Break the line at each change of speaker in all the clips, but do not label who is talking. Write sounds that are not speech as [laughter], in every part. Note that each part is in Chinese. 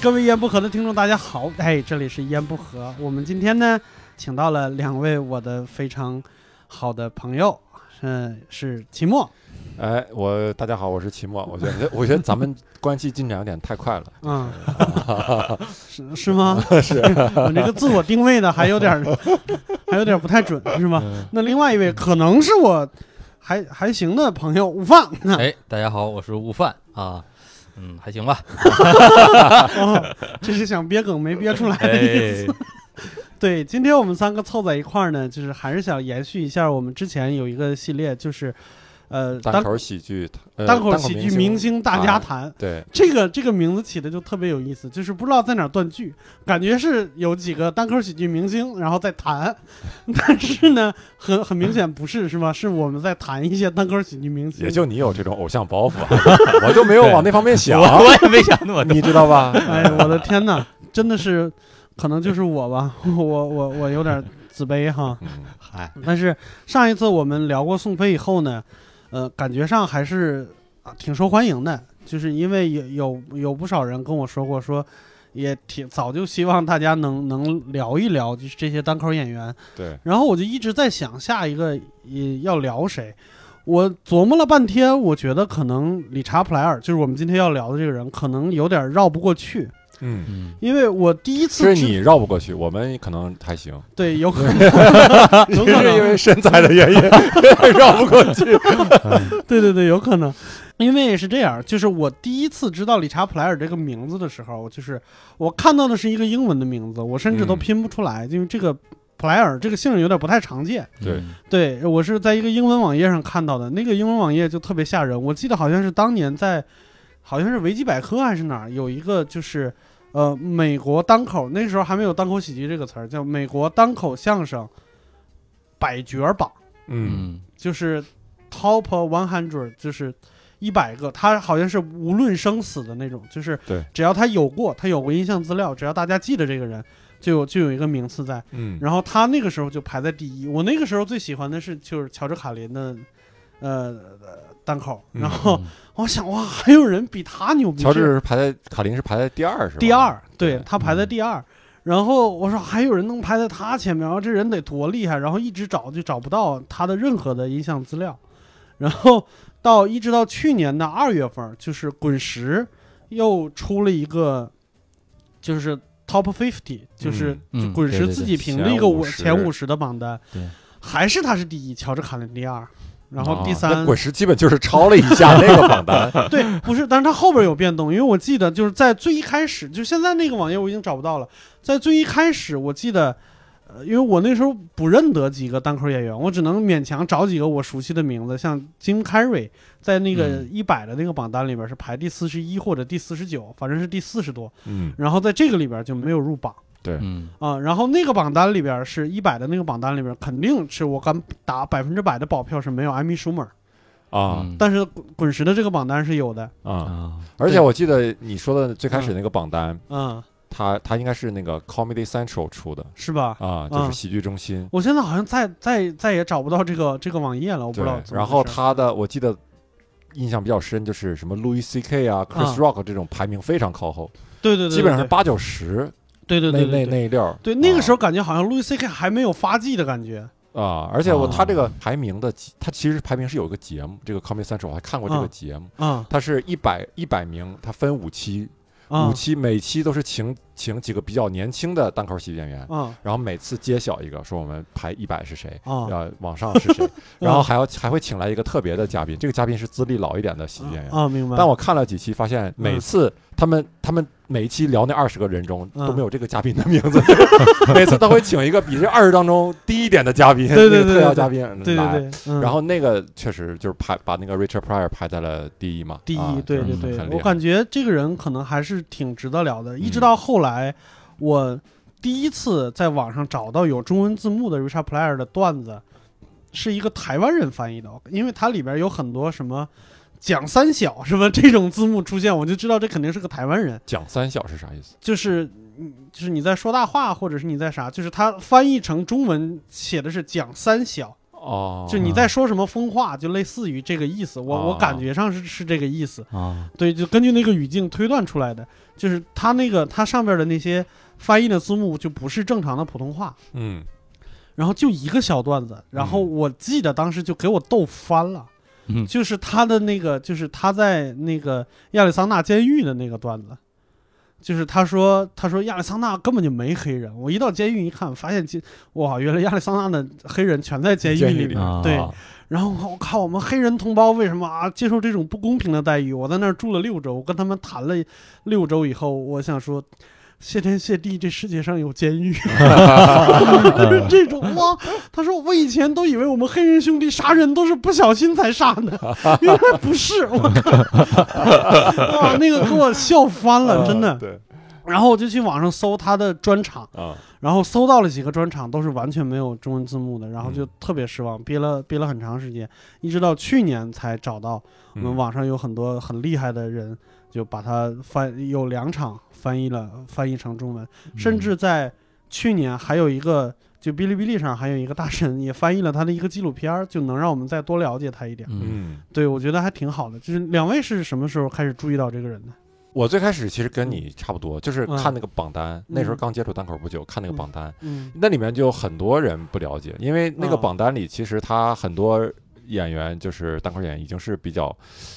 各位烟不和的听众，大家好！哎，这里是烟不和，我们今天呢，请到了两位我的非常好的朋友，嗯，是秦墨，
哎，我大家好，我是齐
[laughs]
墨。我觉得，我觉得咱们关系进展有点太快了。
嗯，是是吗？是， [laughs] 我这个自我定位的还有点儿， [laughs] 还有点儿不太准，是吗？
嗯
那另外一位可能是我还还行的朋友啊悟饭， [laughs]
哎，大家好，我是悟饭啊，嗯，还行吧。
哦，这是想憋梗没憋出来的意思。
哎，
[laughs] 对，今天我们三个凑在一块儿呢，就是还是想延续一下我们之前有一个系列，就是，呃，
单
单
口喜剧，呃
单口喜剧明
星，啊
星嗯大家谈。
对，
这个这个名字起的就特别有意思，就是不知道在哪儿断句，感觉是有几个单口喜剧明星然后在谈， [laughs] 但是呢，很很明显不是是吗？是我们在谈一些单口喜剧明星，
也就你有这种偶像包袱，啊
[laughs]
[laughs] 我就没有往那方面想，
我我也 [laughs] 没想
[laughs]
那么多。
你知道吧？
哎，我的天哪，真的是，可能就是我吧， [laughs] 我我我有点自卑哈。
嗯，
嗨，
但是上一次我们聊过宋飞以后呢，呃，感觉上还是啊挺受欢迎的，就是因为有有有不少人跟我说过说。也挺早就希望大家能能聊一聊，就是这些单口演员。
对，
然后我就一直在想下一个也要聊谁，我琢磨了半天，我觉得可能理查普莱尔就是我们今天要聊的这个人，可能有点绕不过去，
嗯，
嗯，
因为我第一次
是
知
你绕不过去，我们可能
[laughs]
还行，
对有
[laughs]
可能
你
有可
是
能
[laughs] 因为身材的原因 [laughs] 绕不过去。
[laughs] 对对对，有可能，因为是这样，就是我第一次知道理查普莱尔这个名字的时候，就是我看到的是一个英文的名字，我甚至都
嗯
拼不出来，因为这个普莱尔这个姓儿有点不太常见。
对
嗯，
对我是在一个英文网页上看到的，那个英文网页就特别吓人。我记得好像是当年在，好像是维基百科还是哪儿有一个就是，呃，美国单口那时候还没有单口喜剧这个词儿，叫美国单口相声百角榜，
嗯，
嗯，
就是 top one hundred，就是一百个，他好像是无论生死的那种，就是
对
只要他有过，他有过音像资料，只要大家记得这个人，就有就有一个名次在。
嗯，
然后他那个时候就排在第一。我那个时候最喜欢的是就是乔治卡林的，呃，单口。
嗯
然后我想哇，还有人比他牛逼，
乔
是
治是排在卡林是排在第二是吧？
第，二，对
对
他排在
嗯
第二。然后我说还有人能排在他前面，然后这人得多厉害，然后一直找就找不到他的任何的音像资料。然后到一直到去年的二月份，就是滚石又出了一个，就是 Top Fifty，就是
嗯嗯
滚石
对对
自
对
己评的一个
前
我
50
前五十的榜单
对，
还是他是第一，乔治卡林第二，然后第
啊那
三
滚石基本就是超了一下那个
[laughs]
榜单。
对，不是，但是它后边有变动，因为我记得就是在最一开始，就现在那个网页我已经找不到了，在最一开始我记得，呃，因为我那时候不认得几个单口演员，我只能勉强找几个我熟悉的名字，像 Jim Carrey 在那个
嗯
一百的那个榜单里边是排第四十一或者第四十九，反正是第四十多，
嗯，
然后在这个里边就没有入榜。
嗯，
啊、然后那个榜单里边是一百的那个榜单里边，肯定是我敢打百分之百的保票是没有艾米舒默，
啊
嗯
但是滚滚石的这个榜单是有的，
啊。
啊，
而且
对
我记得你说的最开始那个榜单，
嗯，
它它应该是那个 Comedy Central 出的
是吧？
啊，就
嗯
是喜剧中心。
我现在好像再再再也找不到这个这个网页了，我不
对
知道怎么回事。，
然后他的我记得印象比较深，就是什么 Louis C.K. 啊、Chris Rock 这种排名非常靠后，
对嗯对对，
基本上啊是
八
八九十
对对
那
对
那
对对
那一溜儿。
对那个时
候
候感觉好像 Louis C.K. 还没有发迹的感觉。
啊，而且我
啊
他这个排名的，他其实排名是有一个节目，这个 Comedy Central 我还看过这个
啊
节目，
啊
它是一百一百名，它分五期，
啊
五期每期都是请请几个比较年轻的单口喜剧演员，
啊
然后每次揭晓一个，说我们排一百是谁，
啊嗯
呃，往上是
[laughs]
谁，然后还要还会请来一个特别的嘉宾，这个嘉宾是资历老一点的喜剧演员。
啊！明白。嗯
但我看了几期，发现每次他们他们每一期聊那二十个人中
嗯
都没有这个嘉宾的名字， [laughs] 每次都会请一个比这二十当中低一点的嘉宾，
对对
那
对
个特邀
对
嘉宾
对对
来。
对，嗯
然后那个确实就是排把那个 Richard Pryor 排在了第一嘛，
第
啊
一，对
就是
对
很
嗯
对，
厉
我
害
感觉这个人可能还是挺值得聊的。一直
嗯
到后来，我第一次在网上找到有中文字幕的 Richard Player 的段子，是一个台湾人翻译的，因为它里边有很多什么。讲三小什么这种字幕出现，我就知道这肯定是个台湾人，
讲三小是啥意思？
就是嗯就是你在说大话，或者是你在啥，就是他翻译成中文写的是讲三小，
哦，
就你在说什么疯话，就类似于这个意思。我、
哦
我感觉上是是这个意思，
啊，
对，就根据那个语境推断出来的，就是他那个他上边的那些翻译的字幕就不是正常的普通话，
嗯
然后就一个小段子，然后我记得当时就给我逗翻了，
嗯
就是他的那个，就是他在那个亚利桑那监狱的那个段子，就是他说他说亚利桑那根本就没黑人，我一到监狱一看，发现监哇，原来亚利桑那的黑人全在监狱
监狱
里
里
面，
啊
嗯对然后我靠我靠，我们黑人同胞为什么啊接受这种不公平的待遇？我在那儿住了六周，我跟他们谈了六周以后，我想说，谢天谢地，这世界上有监
[laughs]
狱，就是这种哇！他说我以前都以为我们黑人兄弟杀人都是不小心才杀的，
[laughs]
原来不是，我靠！哇，那个给我笑翻了，真
啊
的。
对
然后我就去网上搜他的专场，
啊，
然后搜到了几个专场，都是完全没有中文字幕的，然后
嗯
就特别失望，憋了憋了很长时间，一直到去年才找到。我
嗯
们网上有很多很厉害的人，就把它翻有两场翻译了，翻译成中文，
嗯
甚至在去年还有一个，就哔哩哔哩上还有一个大神也翻译了他的一个纪录片儿，就能让我们再多了解他一点。
嗯
嗯，
对，我觉得还挺好的。就是两位是什么时候开始注意到这个人的？
我最开始其实跟你差不多，就是看那个榜单，那时候
嗯
刚接触单口不久，看那个榜单，
嗯
那里面就有很多人不了解，因为那个
啊
榜单里其实他很多演员就是单口演员已经是比较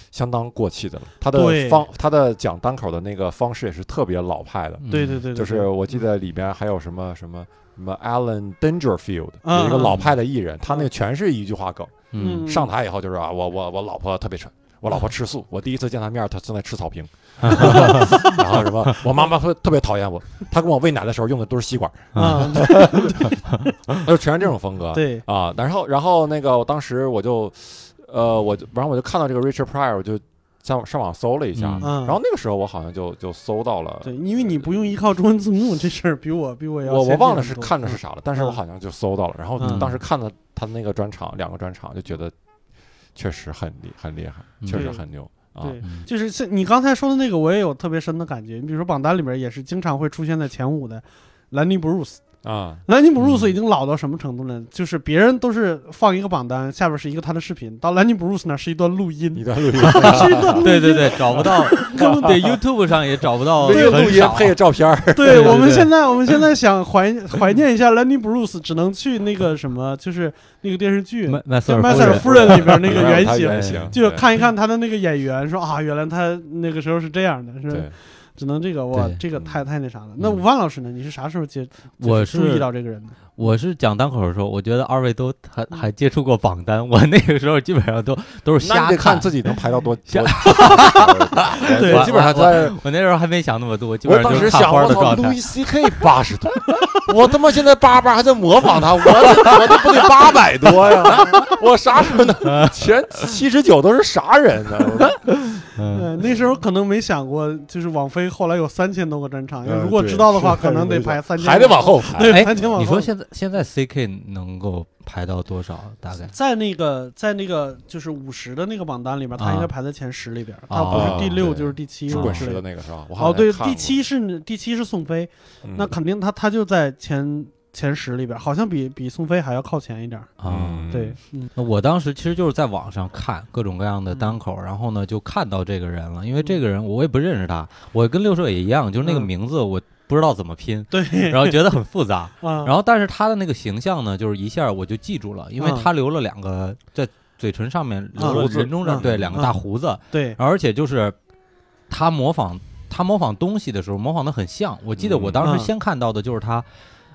相当过气的了，他的
对
方他的讲单口的那个方式也是特别老派
嗯
的，
对对对嗯对，
就是我记得里边还有什么什么什么 Alan Dangerfield，
嗯
有一个
嗯
老派的艺人，他那个全是一句话梗，
嗯
上台以后就是啊，我我我老婆特别蠢。我老婆吃素，我第一次见她面，她正在吃草
[laughs]
坪，然后什么，我妈妈特特别讨厌我，她跟我喂奶的时候用的都是吸管，
啊， [laughs]
就全是这种风格。
对，
啊，然后然后那个我当时我就，呃，我就然后我就看到这个 Richard Pryor，我就上上网搜了一下，
嗯
嗯，
然后那个时候我好像就就搜到了，
对，因为你不用依靠中文字幕，这事儿比我比我要
我
先
我
进
忘了
很
是
多
看的是啥了，但是我
嗯
好像就搜到了，然后
嗯
当时看了他那个专场，两个专场就觉得确实很厉很厉害，
嗯
确实
对
很牛啊。
对，
嗯
就是像你刚才说的那个，我也有特别深的感觉。你比如说榜单里面也是经常会出现在前五的兰尼布鲁斯，
啊，
兰尼布鲁斯已经老到什么程度呢？就是别人都是放一个榜单，下边是一个他的视频，到兰尼布鲁斯那儿是一段录音
你，啊的录音
是一段录音。
对对对，找不到，对 YouTube 上也找不
哦
到，
这个录
很
音
少。
啊
配照片儿，
对
对对
我们
对
现在我们现在想怀怀念一下兰尼布鲁斯，只能去那个什么，就是那个电视剧
麦麦
就
瑟
麦瑟
尔
尔
夫
夫人里边那个原
他
型。
原型，
就
对
看一看他的那个演员，说啊，原来他那个时候是这样的，是吧
对，
只能这个哇
对，
这个
嗯
太太那啥了。那午饭老师呢？你是啥时候接？
我
就是注
是
意到这个人的。
我是讲单口的时候，我觉得二位都还还接触过榜单， [laughs] 我那个时候基本上都都是
那你
瞎
得看自己能排到多
瞎
多 [laughs] 我
对
我基本上在。
我那时候还没想那么多，基
我
本上
当
就
时
是看
想，
花
我
的
操，
状
路
态
易。C K 八十多，我他妈现在八八还在模仿他，我得我他不得八百多呀？我啥时候 [laughs] 能前七十九都是啥人
[laughs]
呢？
嗯，
呃，那时候可能没想过，就是网飞后来有三千多个专场，
呃
如果
对
知道的话，
是
可能得排三千，
还得往。后排。
对，
哎
三千往后。
你说现在现在 CK 能够排到多少？大概
在那个在那个就是五十的那个榜单里边，他
啊
应该排在前十里边，他
啊
不是第六
对
就是第七
是
了
滚
之
石
类
的
的。
那个是吧？我好像
哦，对，
看过
第，七是第七是宋飞，
嗯
那肯定他他就在前前十里边，好像比比宋飞还要靠前一点。
啊？
对，，嗯
那我当时其实就是在网上看各种各样的单
嗯
口，然后呢就看到这个人了，因为这个人我也不认识他，我跟六舍也一样，就是那个
嗯
名字我不知道怎么拼，
对，
[laughs] 然后觉得很
[laughs]
复杂。
啊，
然后但是他的那个形象呢，就是一下我就记住了，因为
嗯
他留了两个在嘴唇上面留了
胡子
人中
嗯
上对两个大胡子，
对，
而且就是他模仿他模仿东西的时候模仿的很像。我记得我当
嗯
时先看到的就是他，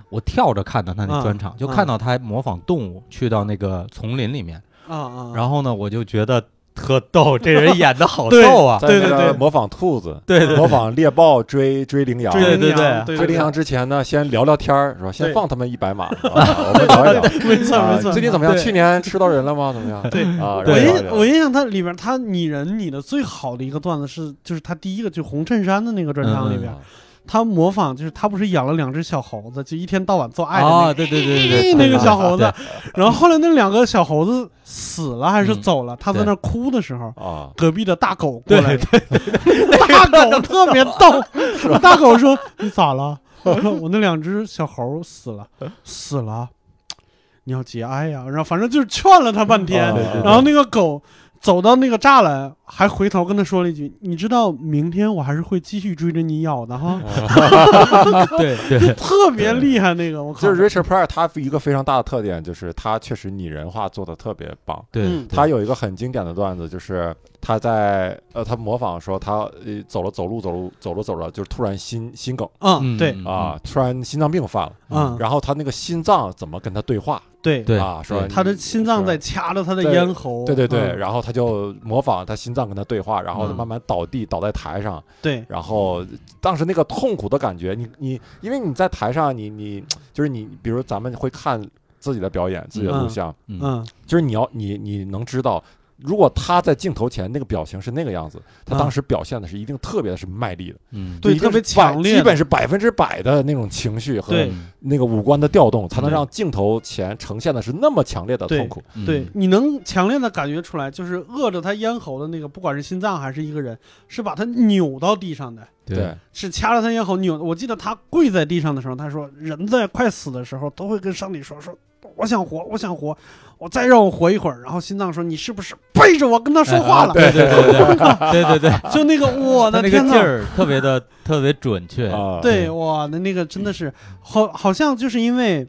我跳着看的他那专场，就看到他模仿动物去到那个丛林里面，
啊啊，
然后呢我就觉得特逗，这人演的好
对
逗啊！
在
对
那
对
个
对
模仿兔子，
对对
模仿猎豹追追羚羊。
追
对
羚
对
羊对
对
追羚羊之前呢，先聊聊天儿，是吧？先
对
放他们一百马，啊
[laughs]
我们聊一聊。
没错
啊
没错。
最近怎么样？
对
去年吃到人了吗？怎么样？
对
啊，
我
然后
印
聊
我印象它里边它拟人拟的最好的一个段子是，就是他第一个就红衬衫的那个专场里边，
嗯
他模仿就是他不是养了两只小猴子，就一天到晚做爱的那
啊，
哦
个。
对对对对，对
那个小猴子
对，
然后后来那两个小猴子死了还是
嗯
走了？他在那儿哭的时候，
啊，
隔壁的大狗过来了， [laughs] 大狗特别
[laughs]
逗。大狗 [laughs] 说：“你咋了？”我说：“我那两只小猴死了，死了。”你要节哀呀、然后反正就是劝了他半天
啊，对对
然后那个狗走到那个栅栏，还回头跟他说了一句：“你知道明天我还是会继续追着你咬的
啊
哈。
对对”，
特别厉害那个，我靠！
就是 Richard Pryor 他一个非常大的特点就是他确实拟人化做的特别棒。
对
嗯，
他有一个很经典的段子，就是他在呃，他模仿说他呃走了走路走路走着走着，就是突然心心梗
嗯，对，
啊，，突然心脏病犯了，
嗯，
然后他那个心脏怎么跟他对话
对，
对
啊？说
他的心脏在掐着他的咽喉，
对对对，
嗯
然后他就模仿他心脏跟他对话，然后
嗯
慢慢倒地倒在台上，
对，
然后当时那个痛苦的感觉，你你因为你在台上，你你就是你，比如咱们会看自己的表演、自己的录
嗯
像，
嗯
嗯，
就是你要你你能知道，如果他在镜头前那个表情是那个样子，他当
嗯
时表现的是一定特别的是卖力的，
嗯，
对
就一
特
定
别
是百
强烈
基
的
本是百分之百的那种情绪和
对
那个五官的调动，才能
对
让镜头前呈现的是那么强烈的痛
对
苦。
嗯
对，，你能强烈的感觉出来，就是扼着他咽喉的那个，不管是心脏还是一个人，是把他扭到地上的，
对，
是掐着他咽喉扭。我记得他跪在地上的时候，他说：“人在快死的时候，都会跟上帝说说。”我想活，我想活，我再让我活一会儿。然后心脏说：“你是不是背着我跟他说话了？”
对对对对对对对，
就那个我
他
的
那个
天
劲
呐！
儿特别的特别准确，
啊，
对，哇，那那个真的是好，好像就是因为，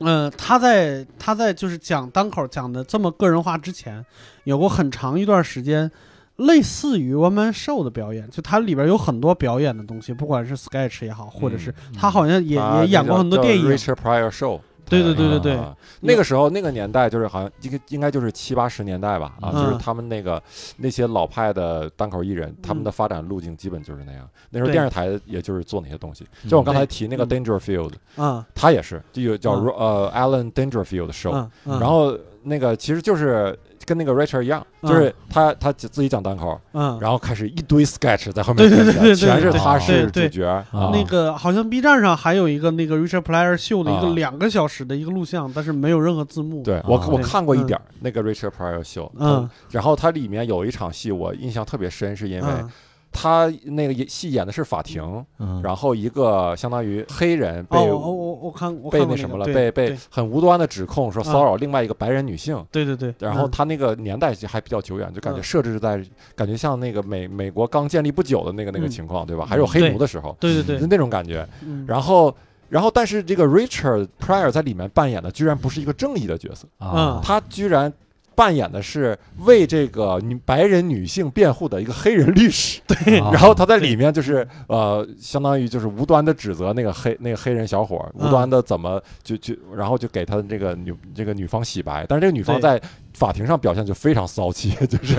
呃，他在他在就是讲单口讲的这么个人化之前，有过很长一段时间，类似于 one man show 的表演，就它里边有很多表演的东西，不管是 sketch 也好，或者是
嗯
他好像也、
他
也演
啊那
过
叫
很多
叫
电影，
Richard Pryor Show。
对对对对对，
啊那个时候那个年代就是好像应该应该就是七八十年代吧啊，
嗯
就是他们那个那些老派的单口艺人，他们的发展路径基本就是那样。那时候
嗯对
电视台也就是做那些东西，就我刚才提那个
嗯
Dangerfield，
嗯
他也是就有叫
嗯
呃 Alan Dangerfield Show，
嗯嗯，
然后那个其实就是跟那个 Richard 一样，
嗯
就是他他自己讲单口，
嗯，
然后开始一堆 sketch 在后
对
面
对
跟
对对
着全是
对
他
对
是主
对嗯
角啊，
那个好像 B 站上还有一个那个 Richard Pryor 秀的一个
啊
两个小时的一个录像，但是没有任何字幕。，
对我
啊
我
对
看过一
嗯
点儿那个 Richard Pryor Show，
嗯，
然后它里面有一场戏我印象特别深，是因为
嗯
他那个戏演的是法庭，
嗯，
然后一个相当于黑人被
哦，我我我看我看过
被那
个
什么了，
对
被
对
被很无端的指控说骚扰另外一个白人女性。
对对对，
然后
嗯
他那个年代还比较久远，就感觉
嗯
设置在感觉像那个美美国刚建立不久的那个那个
嗯
情况，对吧？还有黑奴
对
的时候，
对对
就
对，
那种感觉。
嗯
然后，然后但是这个 Richard Pryor 在里面扮演的居然不是一个正义的角色，
啊，
他居然扮演的是为这个女白人女性辩护的一个黑人律师，[laughs]
啊
然后他在里面就是呃，相当于就是无端的指责那个黑那个黑人小伙儿，无
嗯
端的怎么就就，然后就给他这个女这个女方洗白，但是这个女方
对
在法庭上表现就非常骚气， [laughs] 就是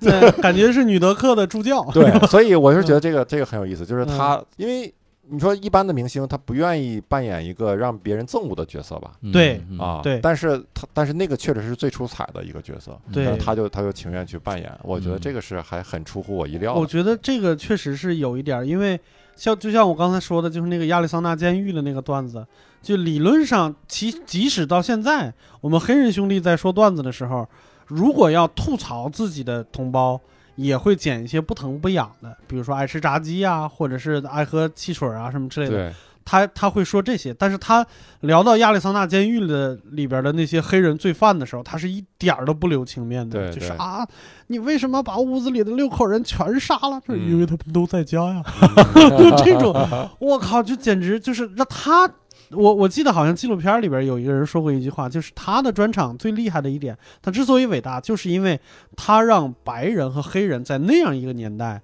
对感觉是女德克的助教， [laughs]
对， [laughs] 所以我是觉得这个这个很有意思，就是他
嗯
因为你说一般的明星他不愿意扮演一个让别人憎恶的角色吧。
对
嗯，
啊，
对
但是他但是那个确实是最出彩的一个角色，
嗯
对
但是他就他就情愿去扮演，我觉得
嗯
这个是还很出乎我意料
我
的。
觉得这个确实是有一点儿，因为像就像我刚才说的，就是那个亚利桑那监狱的那个段子，就理论上，其即使到现在，我们黑人兄弟在说段子的时候，如果要吐槽自己的同胞。也会捡一些不疼不痒的，比如说爱吃炸鸡啊，或者是爱喝汽水啊什么之类的。
对，
他他会说这些，但是他聊到亚利桑那监狱的里边的那些黑人罪犯的时候，他是一点儿都不留情面的，
对
就是
对
啊，你为什么把屋子里的六口人全杀了？这是
嗯
因为他们都在家呀， [laughs] 就这种，我靠，就简直就是让他。我我记得好像纪录片里边有一个人说过一句话，就是他的专场最厉害的一点，他之所以伟大，就是因为他让白人和黑人在那样一个年代，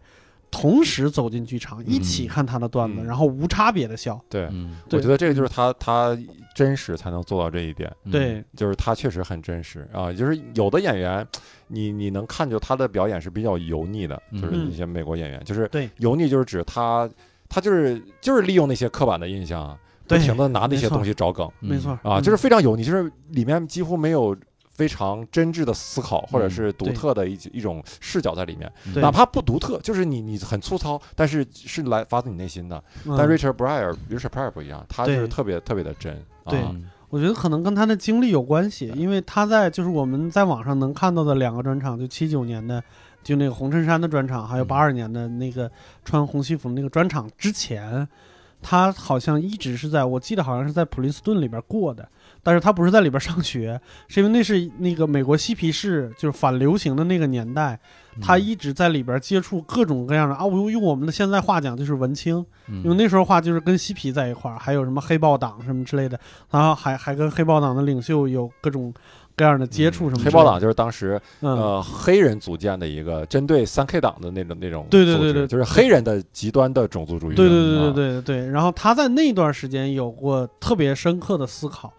同时走进剧场，一起看他的段子，
嗯
然后无差别的笑。
对，
嗯，
我
对
觉得这个就是他他真实才能做到这一点，
嗯，
对，
就是他确实很真实啊。就是有的演员，你你能看出他的表演是比较油腻的，就是
嗯
一些美国演员，就是
对
油腻就是指他他就是就是利用那些刻板的印象，啊不
对
停的拿那
没
些
错
东西找梗。
嗯
没错
啊，就是非常油腻，就是里面几乎没有非常真挚的思考，或者
嗯
是独
对
特的一一种视角在里面，
嗯
对
哪怕不独特，就是你你很粗糙，但是是来发自你内心的。
嗯
但 Richard Pryor，Richard Pryor 不一样，他就是
对
特别特别的真。
对
啊、
嗯
我觉得可能跟他的经历有关系，因为他在就是我们在网上能看到的两个专场，就七九年的就那个红衬衫的专场，还有
嗯
八二年的那个穿红西服的那个专场之前，他好像一直是在，我记得好像是在普林斯顿里边过的，但是他不是在里边上学，是因为那是那个美国嬉皮士就是反流行的那个年代，
嗯
他一直在里边接触各种各样的啊，我用我们的现在话讲就是文青，因为
嗯
那时候话就是跟嬉皮在一块儿，还有什么黑豹党什么之类的，然后还还跟黑豹党的领袖有各种各样的接触什么之类
黑
的。
豹党就是当时
嗯，
呃黑人组建的一个针对三 K 党的那种那种
对对
组织
对对
就是黑人的极端的种族主义。
对对对对
啊，
对对对。然后他在那段时间有过特别深刻的思考，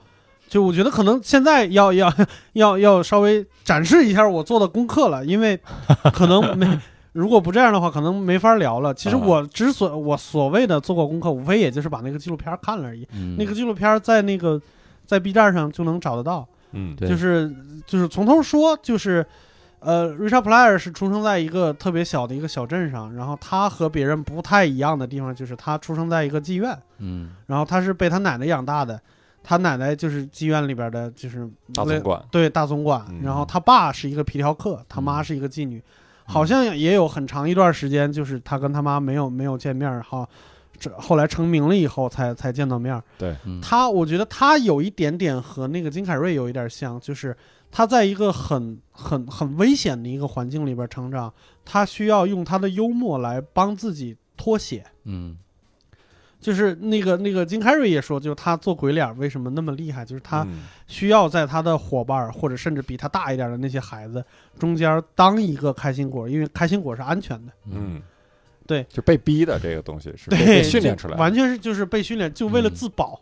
就我觉得可能现在要要要要稍微展示一下我做的功课了，因为可能没。如果不这样的话，可能没法聊了。其实
啊
我之所我所谓的做过功课，无非也就是把那个纪录片儿看了而已。
嗯
那个纪录片儿在那个在 B 站上就能找得到，
嗯，
对
就是就是从头说，就是呃，Richard Pryor 是出生在一个特别小的一个小镇上，然后他和别人不太一样的地方就是他出生在一个妓院，
嗯
然后他是被他奶奶养大的，他奶奶就是妓院里边的，就是
大
类
总管，
对大总管，
嗯
然后他爸是一个皮条客，他妈是一个妓女，好像也有很长一段时间，就是他跟他妈没有没有见面儿哈，这后来成名了以后才才见到面儿。
嗯
他我觉得他有一点点和那个金凯瑞有一点像，就是他在一个很很很危险的一个环境里边成长，他需要用他的幽默来帮自己脱险。
嗯
就是那个那个金凯瑞也说，就是他做鬼脸为什么那么厉害，就是他
嗯
需要在他的伙伴儿或者甚至比他大一点的那些孩子中间当一个开心果，因为开心果是安全的，
嗯
嗯，
对，
就被逼的这个东西是被
对，
被训练
就
出来的，
完全是就是被训练，就为了
嗯
自保。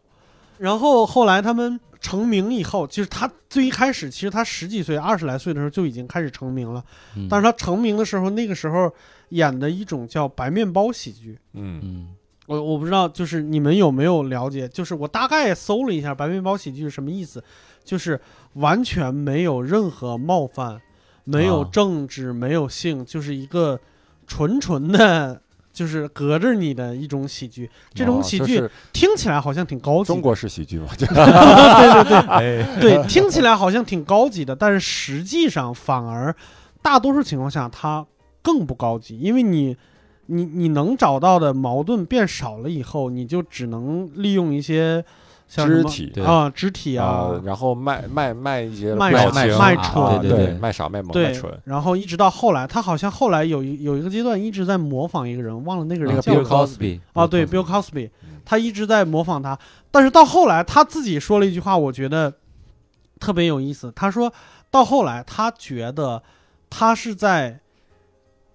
然后后来他们成名以后，就是他最一开始，其实他十几岁、二十来岁的时候就已经开始成名了。
嗯，
但是他成名的时候，那个时候演的一种叫白面包喜剧，
嗯
嗯
我我不知道，就是你们有没有了解？就是我大概搜了一下白面包喜剧是什么意思，就是完全没有任何冒犯，没有
啊
政治，没有性，就是一个纯纯的，就是隔着你的一种喜剧。这种
哦
喜
就
剧
是
听起来好像挺高级的，
中国式喜剧嘛，就
对对对
哎
对，听起来好像挺高级的，但是实际上反而大多数情况下它更不高级，因为你你你能找到的矛盾变少了以后，你就只能利用一些像什
肢
么
体
[laughs] 对
啊肢体
啊
啊，，
然后卖卖卖一些
卖
表
傻
情
卖
啊
蠢
对
对
对，
卖傻卖萌卖
对
蠢，，
然后一直到后来，他好像后来有一有一个阶段一直在模仿一个人，忘了那个
那
人
个
叫什
Bill
啊 Bill
么
Cosby
啊，对，Bill Cosby，
嗯
他一直在模仿他，但是到后来他自己说了一句话，我觉得特别有意思。他说到后来，他觉得他是在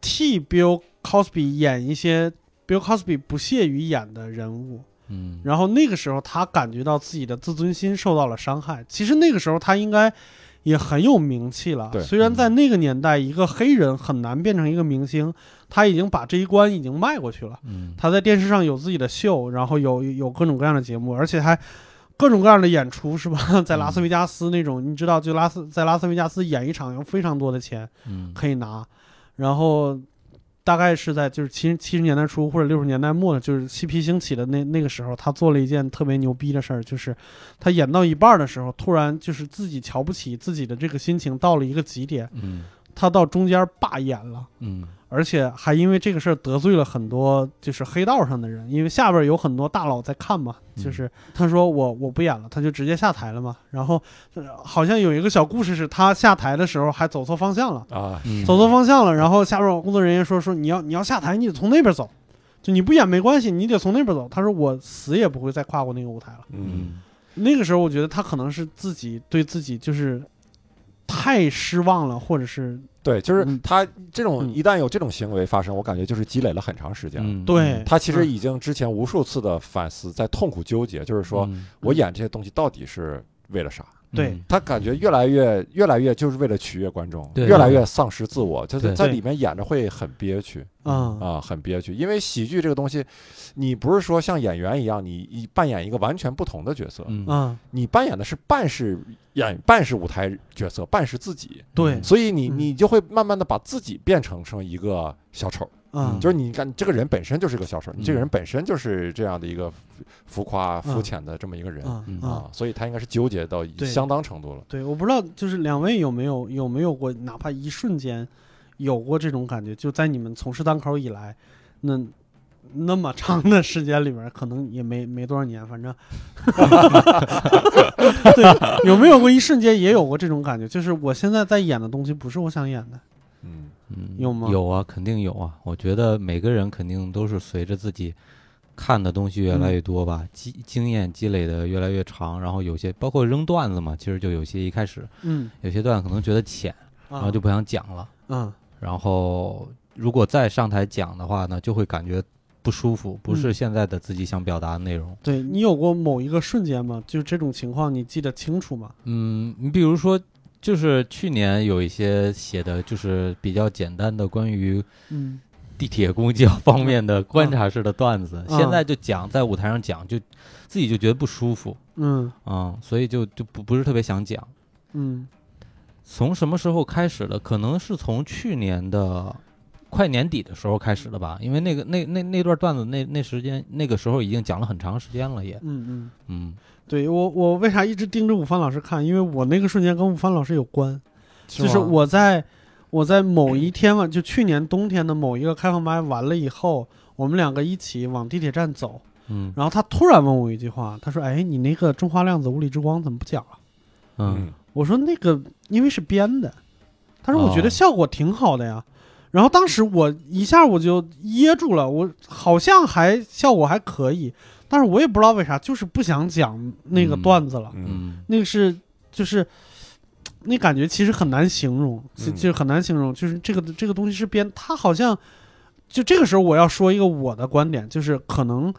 替 Bill Cosby 演一些 Bill Cosby 不屑于演的人物，
嗯
然后那个时候他感觉到自己的自尊心受到了伤害。其实那个时候他应该也很有名气了，
对
虽然在那个年代，一个黑人很难变成一个明星，他已经把这一关已经迈过去了。
嗯
他在电视上有自己的秀，然后有有各种各样的节目，而且还各种各样的演出，是吧？ [laughs] 在拉斯维加斯那种，你知道，就拉斯在拉斯维加斯演一场要非常多的钱
嗯
可以拿，然后大概是在就是七七十年代初或者六十年代末的，就是嬉皮兴起的那那个时候，他做了一件特别牛逼的事儿，就是他演到一半儿的时候，突然就是自己瞧不起自己的这个心情到了一个极点，
嗯
他到中间罢演了。
嗯
而且还因为这个事儿得罪了很多就是黑道上的人，因为下边有很多大佬在看嘛，
嗯
就是他说我我不演了，他就直接下台了嘛。然后、呃好像有一个小故事是他下台的时候还走错方向了，
啊，
嗯
走错方向了，然后下边有工作人员说说你要你要下台，你得从那边走，就你不演没关系，你得从那边走。他说我死也不会再跨过那个舞台了。
嗯，
那个时候我觉得他可能是自己对自己就是太失望了，或者是
对，就是
嗯
他这种
嗯
一旦有这种行为发生，我感觉就是积累了很长时间了。
嗯
对
他其实
嗯
已经之前无数次的反思，在痛苦纠结，就是说
嗯
我演这些东西到底是为了啥？
对
嗯
他感觉越来越越来越就是为了取悦观众，
对
越来越丧失自我，就是
对
在里面演着会很憋屈
嗯
啊，很憋屈。因为喜剧这个东西，你不是说像演员一样，你你扮演一个完全不同的角色，
嗯
嗯
你扮演的是半是演半是舞台角色，半是自己，
对
所以你
嗯
你就会慢慢的把自己变成成一个小丑，
嗯
就是你看这个人本身就是个小丑，你这个人本身就是这样的一个浮浮夸、
嗯
肤浅的这么一个人
嗯
嗯
嗯
啊，所以他应该是纠结到一
对
相当程度了。
对，我不知道，就是两位有没有有没有过，哪怕一瞬间有过这种感觉，就在你们从事单口以来，那那么长的时间里边，可能也没没多少年，反正， [laughs] 对，有没有过一瞬间也有过这种感觉？就是我现在在演的东西不是我想演的，
嗯，
嗯，
有吗
有啊，肯定有啊。我觉得每个人肯定都是随着自己看的东西越来越多吧，积经验积累的越来越长，然后有些包括扔段子嘛，其实就有些一开始
嗯，
有些段可能觉得浅，然
啊
后就，不想讲了。
嗯
然后如果再上台讲的话呢，就会感觉不舒服，不是
嗯
现在的自己想表达的内容。
对你有过某一个瞬间吗？就是这种情况，你记得清楚吗？
嗯，你比如说，就是去年有一些写的就是比较简单的关于
嗯，
地铁、公交方面的观察式的段子，
嗯
现在就讲在舞台上讲，就自己就觉得不舒服
嗯
啊、嗯所以就就不不是特别想讲。
嗯
从什么时候开始的？可能是从去年的快年底的时候开始的吧，因为那个那那那段段子那那时间那个时候已经讲了很长时间了也，
嗯嗯，
嗯，
对我我为啥一直盯着午饭老师看？因为我那个瞬间跟午饭老师有关，就是
吗
我在我在某一天晚，就去年冬天的某一个开放麦完了以后，我们两个一起往地铁站走，
嗯
然后他突然问我一句话，他说：“哎，你那个《中华量子物理之光》怎么不讲了
嗯，？”
我说：“那个因为是编的。”他说：“我觉得
哦
效果挺好的呀。然后当时我一下我就噎住了，我好像还效果还可以，但是我也不知道为啥，就是不想讲那个
嗯
段子了。
嗯
嗯
那个是就是那感觉其实很难形容，其
嗯
其实很难形容，就是这个这个东西是编，它好像就这个时候我要说一个我的观点，就是可能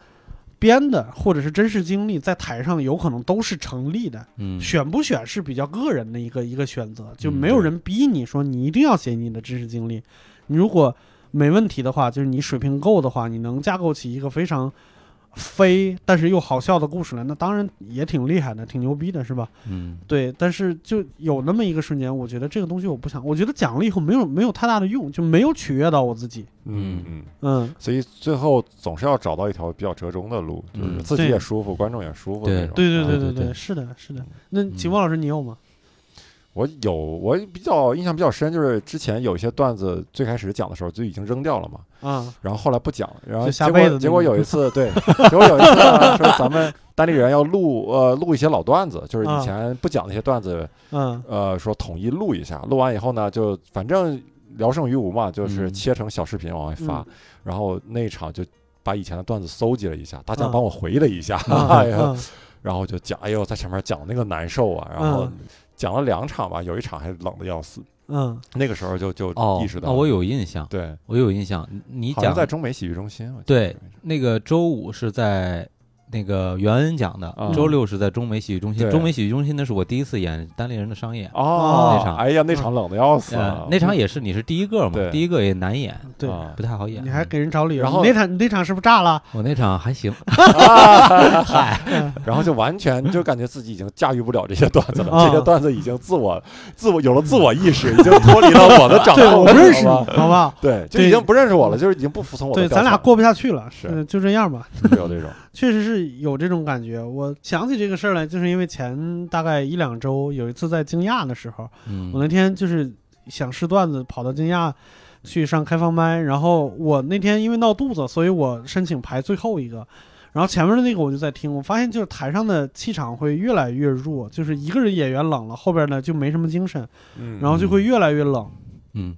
编的或者是真实经历在台上有可能都是成立的，
嗯
选不选是比较个人的一个一个选择，就
嗯
没有
对
人逼你说你一定要写你的真实经历，你如果没问题的话，就是你水平够的话，你能架构起一个非常。飞，但是又好笑的故事来，那当然也挺厉害的，挺牛逼的，是吧？
嗯
对，但是就有那么一个瞬间，我觉得这个东西我不想，我觉得讲了以后没有没有太大的用，就没有取悦到我自己。
嗯嗯，
嗯，
所以最后总是要找到一条比较折中的路，就
嗯
是自己
对
也舒服，观众也舒服的那种。
对对
啊
对
对
对
对对
是的，是的。那
嗯
秦风老师，你有吗？
我有，我比较印象比较深，就是之前有一些段子最开始讲的时候就已经扔掉了嘛，
啊，
然后后来不讲，然后
就下
结
辈子
果
那
结果
种
有
[laughs]
一次，对，结果有一次呢说咱们单立人要录呃录一些老段子，就是
啊
以前不讲那些段子，
嗯
呃说统一录一下，录完以后呢就反正聊胜于无嘛，就是
嗯
切成小视频往外
嗯
发，然后那一场就。把以前的段子搜集了一下，大家
啊
帮我回了一下，
啊
[laughs] [laughs] 哎呀
啊
然后就讲，哎呦，在前面讲那个难受啊，然后
嗯
讲了两场吧，有一场还冷的要死，
嗯
那个时候就就
哦
意识，
那
到，
我有印象，
对，
我有印象，你你
好像
讲
在中美喜剧中心，我记得
对那个周五是在那个袁恩讲的，
啊
周六是在中美喜剧中心。
对
中美喜剧中心那是我第一次演单立人的商演，
哦，
那场
哎呀，那场冷的要死
呃
啊，，
那场也是你是第一个嘛，
对
第一个也难演，
嗯对，
啊
不太好演。
你还给人找理由。
然后
你那场你那场是不是炸了？
我那场还行，
然后就完全就感觉自己已经驾驭不了这些段
[laughs]
子
啊
了，这些段子已经自我自我有了自我意识，已经脱离了我的
[laughs]
掌
对，我
控，
不认识你，
了，
好不好？
对，就
对嗯
已经不认识我了，就是已经不服从我的
对，
调
咱
查。
俩过不下去了，
是
嗯就这样吧。
没有这种，
确实是有这种感觉。我想起这个事儿来，就是因为前大概一两周有一次在惊讶的时候，
嗯
我那天就是想试段子，跑到惊讶去上开放麦，然后我那天因为闹肚子，所以我申请排最后一个。然后前面的那个我就在听，我发现就是台上的气场会越来越弱，就是一个人演员冷了，后边呢就没什么精神，
嗯
然后就会越来越冷。
嗯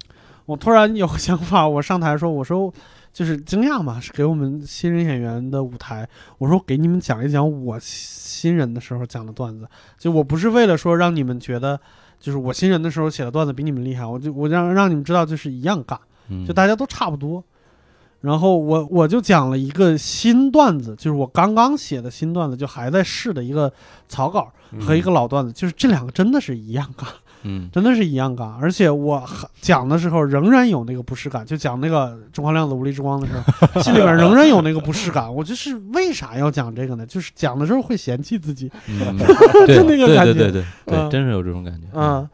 我突然有个想法，我上台说，我说就是惊讶嘛，是给我们新人演员的舞台。我说给你们讲一讲我新人的时候讲的段子，就我不是为了说让你们觉得就是我新人的时候写的段子比你们厉害，我就我让让你们知道就是一样尬，
嗯，
就大家都差不多。然后我我就讲了一个新段子，就是我刚刚写的新段子，就还在试的一个草稿
嗯
和一个老段子，就是这两个真的是一样尬。
嗯
真的是一样尬，而且我还讲的时候仍然有那个不适感，就讲那个中华量子无力之光的时候，心里边仍然有那个不适感。我就是为啥要讲这个呢？就是讲的时候会嫌弃自己， [laughs]
嗯，对
就那个感觉
对对对对
嗯
对，真是有这种感觉。
嗯。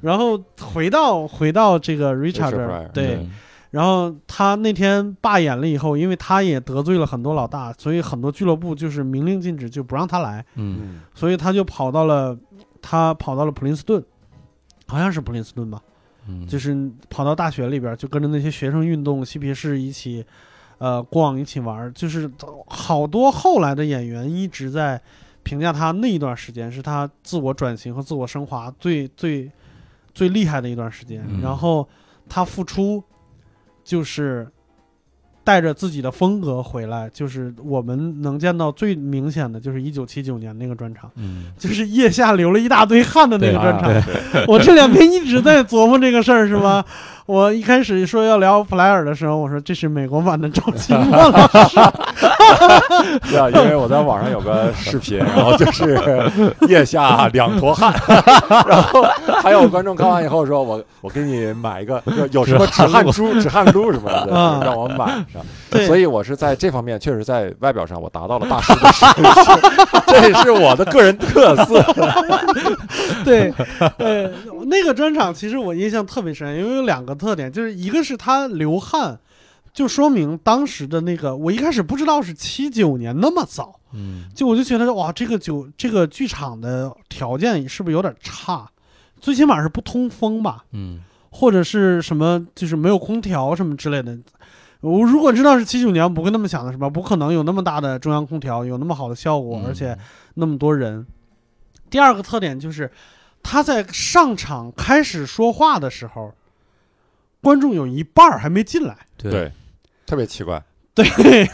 然后回到回到这个 Richard，
Richard
这儿
Pryor
嗯
对，然后他那天罢演了以后，因为他也得罪了很多老大，所以很多俱乐部就是明令禁止，就不让他来。
嗯
嗯
所以他就跑到了他跑到了普林斯顿，好像是普林斯顿吧，
嗯，
就是跑到大学里边儿，就跟着那些学生运动、嬉皮士一起，呃逛一起玩儿，就是好多后来的演员一直在评价他那一段时间是他自我转型和自我升华最最最厉害的一段时间，
嗯
然后他复出就是。带着自己的风格回来，就是我们能见到最明显的，就是一九七九年那个专场，
嗯，
就是腋下流了一大堆汗的那个
嗯对啊
专场。
对，
我这两天一直在琢磨这个事儿，是吧？我一开始说要聊弗莱尔的时候，我说这是美国版的周奇墨老师，
[laughs] 对啊，因为我在网上有个视频，然后就是 [laughs] 腋下两坨汗，然后还有观众看完以后说：“我我给你买一个，有有什么止汗珠、止汗露什么的，
啊
让我买上。”
对
[laughs] 所以我是在这方面，确实在外表上我达到了大师的水平，这是我的个人特色。
对，呃，那个专场其实我印象特别深，因为有两个特点，就是一个是他流汗，就说明当时的那个，我一开始不知道是七九年那么早，
嗯
就我就觉得哇，这个酒这个剧场的条件是不是有点差？最起码是不通风吧？
嗯
或者是什么就是没有空调什么之类的。我如果知道是七九年，我不会那么想的，是吧？不可能有那么大的中央空调，有那么好的效果，
嗯
而且那么多人。第二个特点就是，他在上场开始说话的时候，观众有一半儿还没进来。
对，
特别奇怪，
对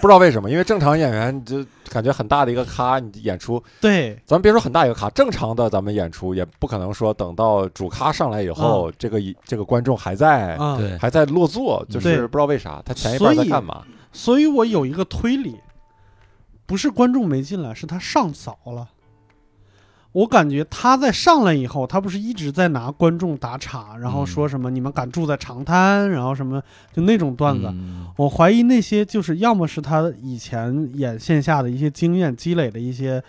不知道为什么，因为正常演员就感觉很大的一个咖，你演出
对
咱别说很大一个卡，正常的咱们演出也不可能说等到主咖上来以
嗯
后，这个一这个观众还在、
啊，
对，
还在落座，就
对
是不知道为啥他前一半在
所以
干嘛？
所以我有一个推理，不是观众没进来，是他上早了。我感觉他在上来以后，他不是一直在拿观众打岔，然后说什么“你们敢住在长滩”，然后什么就那种段子。
嗯
我怀疑那些就是要么是他以前演线下的一些经验积累的一些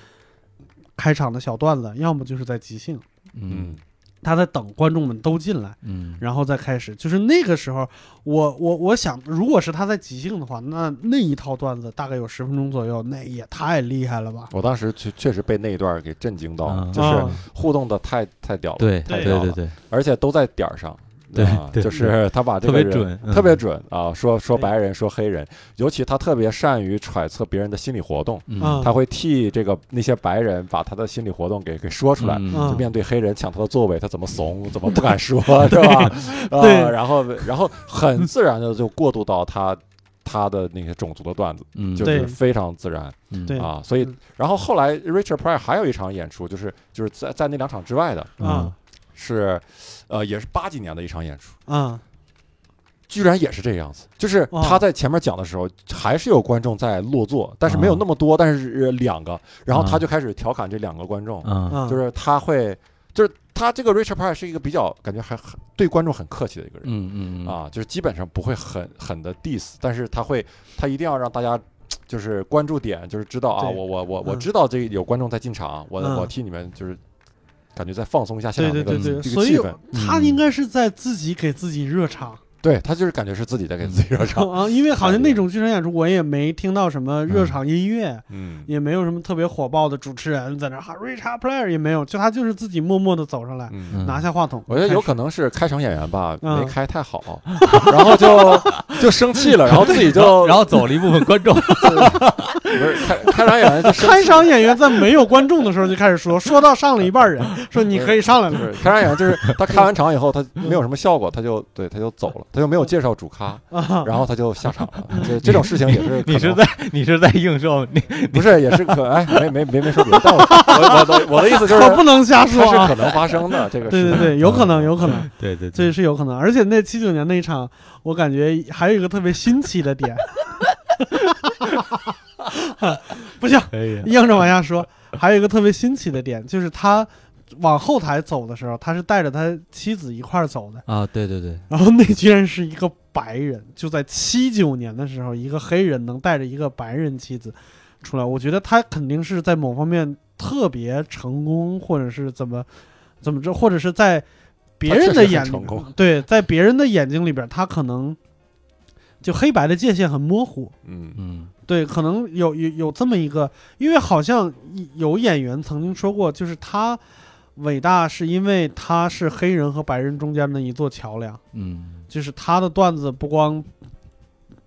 开场的小段子，要么就是在即兴，
嗯
他在等观众们都进来。
嗯，
然后再开始。就是那个时候，我我我想，如果是他在即兴的话，那那一套段子大概有十分钟左右，那也太厉害了吧？
我当时确确实被那一段给震惊到，
啊
就是
啊
互动的太太屌了，
对
太
对
屌
了
对对，
而且都在点儿上，
对
啊
对
就是他把这
特
个
别
人。
准，嗯
特别准啊！说说白人，说黑人，尤其他特别善于揣测别人的心理活动，
嗯
啊
他会替这个那些白人把他的心理活动给给说出来。
嗯
嗯
就面对黑人抢他的座位，他怎么怂，怎么不
[laughs]
敢说，是吧？啊、
对
然后然后很自然的就过渡到他他的那些种族的段子，
嗯
就
对
是非常自然
嗯
对
啊。所以
嗯，
然后后来 Richard Pryor 还有一场演出，就是就是在在那两场之外的，
啊
是呃也是八几年的一场演出。
啊
居然也是这样子，就是
哇
他在前面讲的时候，还是有观众在落座，但是
啊
没有那么多，但是呃两个，然后他
啊
就开始调侃这两个观众，
啊
啊！
就是他会，就是他这个 Richard Pryor 是一个比较感觉还很对观众很客气的一个人、
嗯嗯
啊，就是基本上不会很很的 diss，但是他会，他一定要让大家。就是关注点，就是知道啊，
对
我我我
嗯
我知道这有观众在进场，我
嗯
我替你们就是感觉在放松一下现
对
场
对
那
对
个
对，
这
所
个
以
气氛。
他
嗯
应该是在自己给自己热场
对他就是感觉是自己在给自己热场，
[laughs] 啊，因为好像那种剧场演出，我也没听到什么热场音乐，
嗯，
也没有什么特别火爆的主持人在那喊 Richard Player 也没有，就他就是自己默默的走上来，
嗯
嗯
拿下话筒。
我觉得
开
有
始
可能是开场演员吧，
嗯
没开太好， [laughs] 然后就就生气
[laughs]
了，然后自己
然后
就
然后走了一部分观众，
不是开开场演员就
[laughs]
生
开场演员在没有观众的时候就开始
[laughs]
说，说到上了一半人，说你可以上来
就
了。
[laughs] 是开场演员，就是他开完场以后，他没有什么效果，他就对他就走了，他就没有介绍主咖，
啊，
然后他就下场
[laughs]
了。这这种事情也是可
你是
能
在你是在映射那
不是也是可哎没没没没
[laughs]
说别的，但我我我的我的意思就是
可不能瞎说
它是
啊！
可嗯能发生的这
[laughs]
个
对
事
对
情。
对，有可能，有可能，
对对
这是有可能。而且那七九年那一场，我感觉还有一个特别新奇的点， [laughs] 不行，
可以
硬着往下说。还有一个特别新奇的点，就是他往后台走的时候，他是带着他妻子一块儿走的，
啊，对对对，
[laughs] 然后那居然是一个白人，就在七九年的时候，一个黑人能带着一个白人妻子出来，我觉得他肯定是在某方面特别成功，或者是怎么怎么着，或者是在别人的眼
[laughs] 他确实很成功
对，在别人的眼睛里边，他可能就黑白的界限很模糊。
嗯
嗯
对，可能有有有这么一个，因为好像有演员曾经说过，就是他伟大是因为他是黑人和白人中间的一座桥梁。
嗯
就是他的段子不光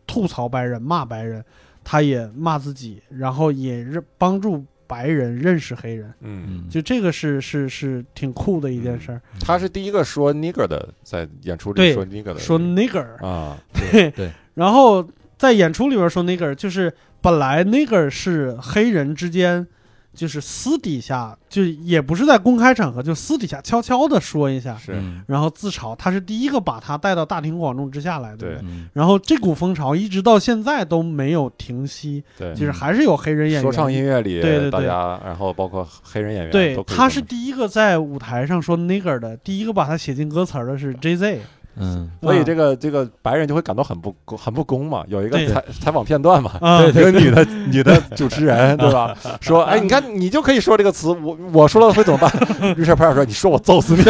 吐槽白人、骂白人，他也骂自己，然后也认帮助白人认识黑人，
嗯，
嗯，
就这个是是是挺酷的一件事儿。
他是第一个说 nigger 的，在演出
嗯
里
对
说 nigger 的，
说 nigger，
啊，
[laughs] 然后在演出里边说 nigger，就是本来 nigger 是黑人之间，就是私底下，就也不是在公开场合，就私底下悄悄的说一下，
是，
嗯
然后自嘲。他是第一个把他带到大庭广众之下来的。
对
嗯
然后这股风潮一直到现在都没有停息，
对，
就是还是有黑人演员。
说唱音乐里
对对对
大家，然后包括黑人演员，
对
都，可以
他
这
是
么
第一个在舞台上说 nigger 的，第一个把他写进歌词儿的是 J Z。
嗯，
所以
啊
这个这个白人就会感到很不公很不公嘛，有一个
对
采采访片段嘛，
啊，
一个女的
[laughs]
女的主持人对吧？
嗯
说哎，你看你就可以说这个词，我我说了会怎么办？richard [laughs] 派尔说你说我揍死你，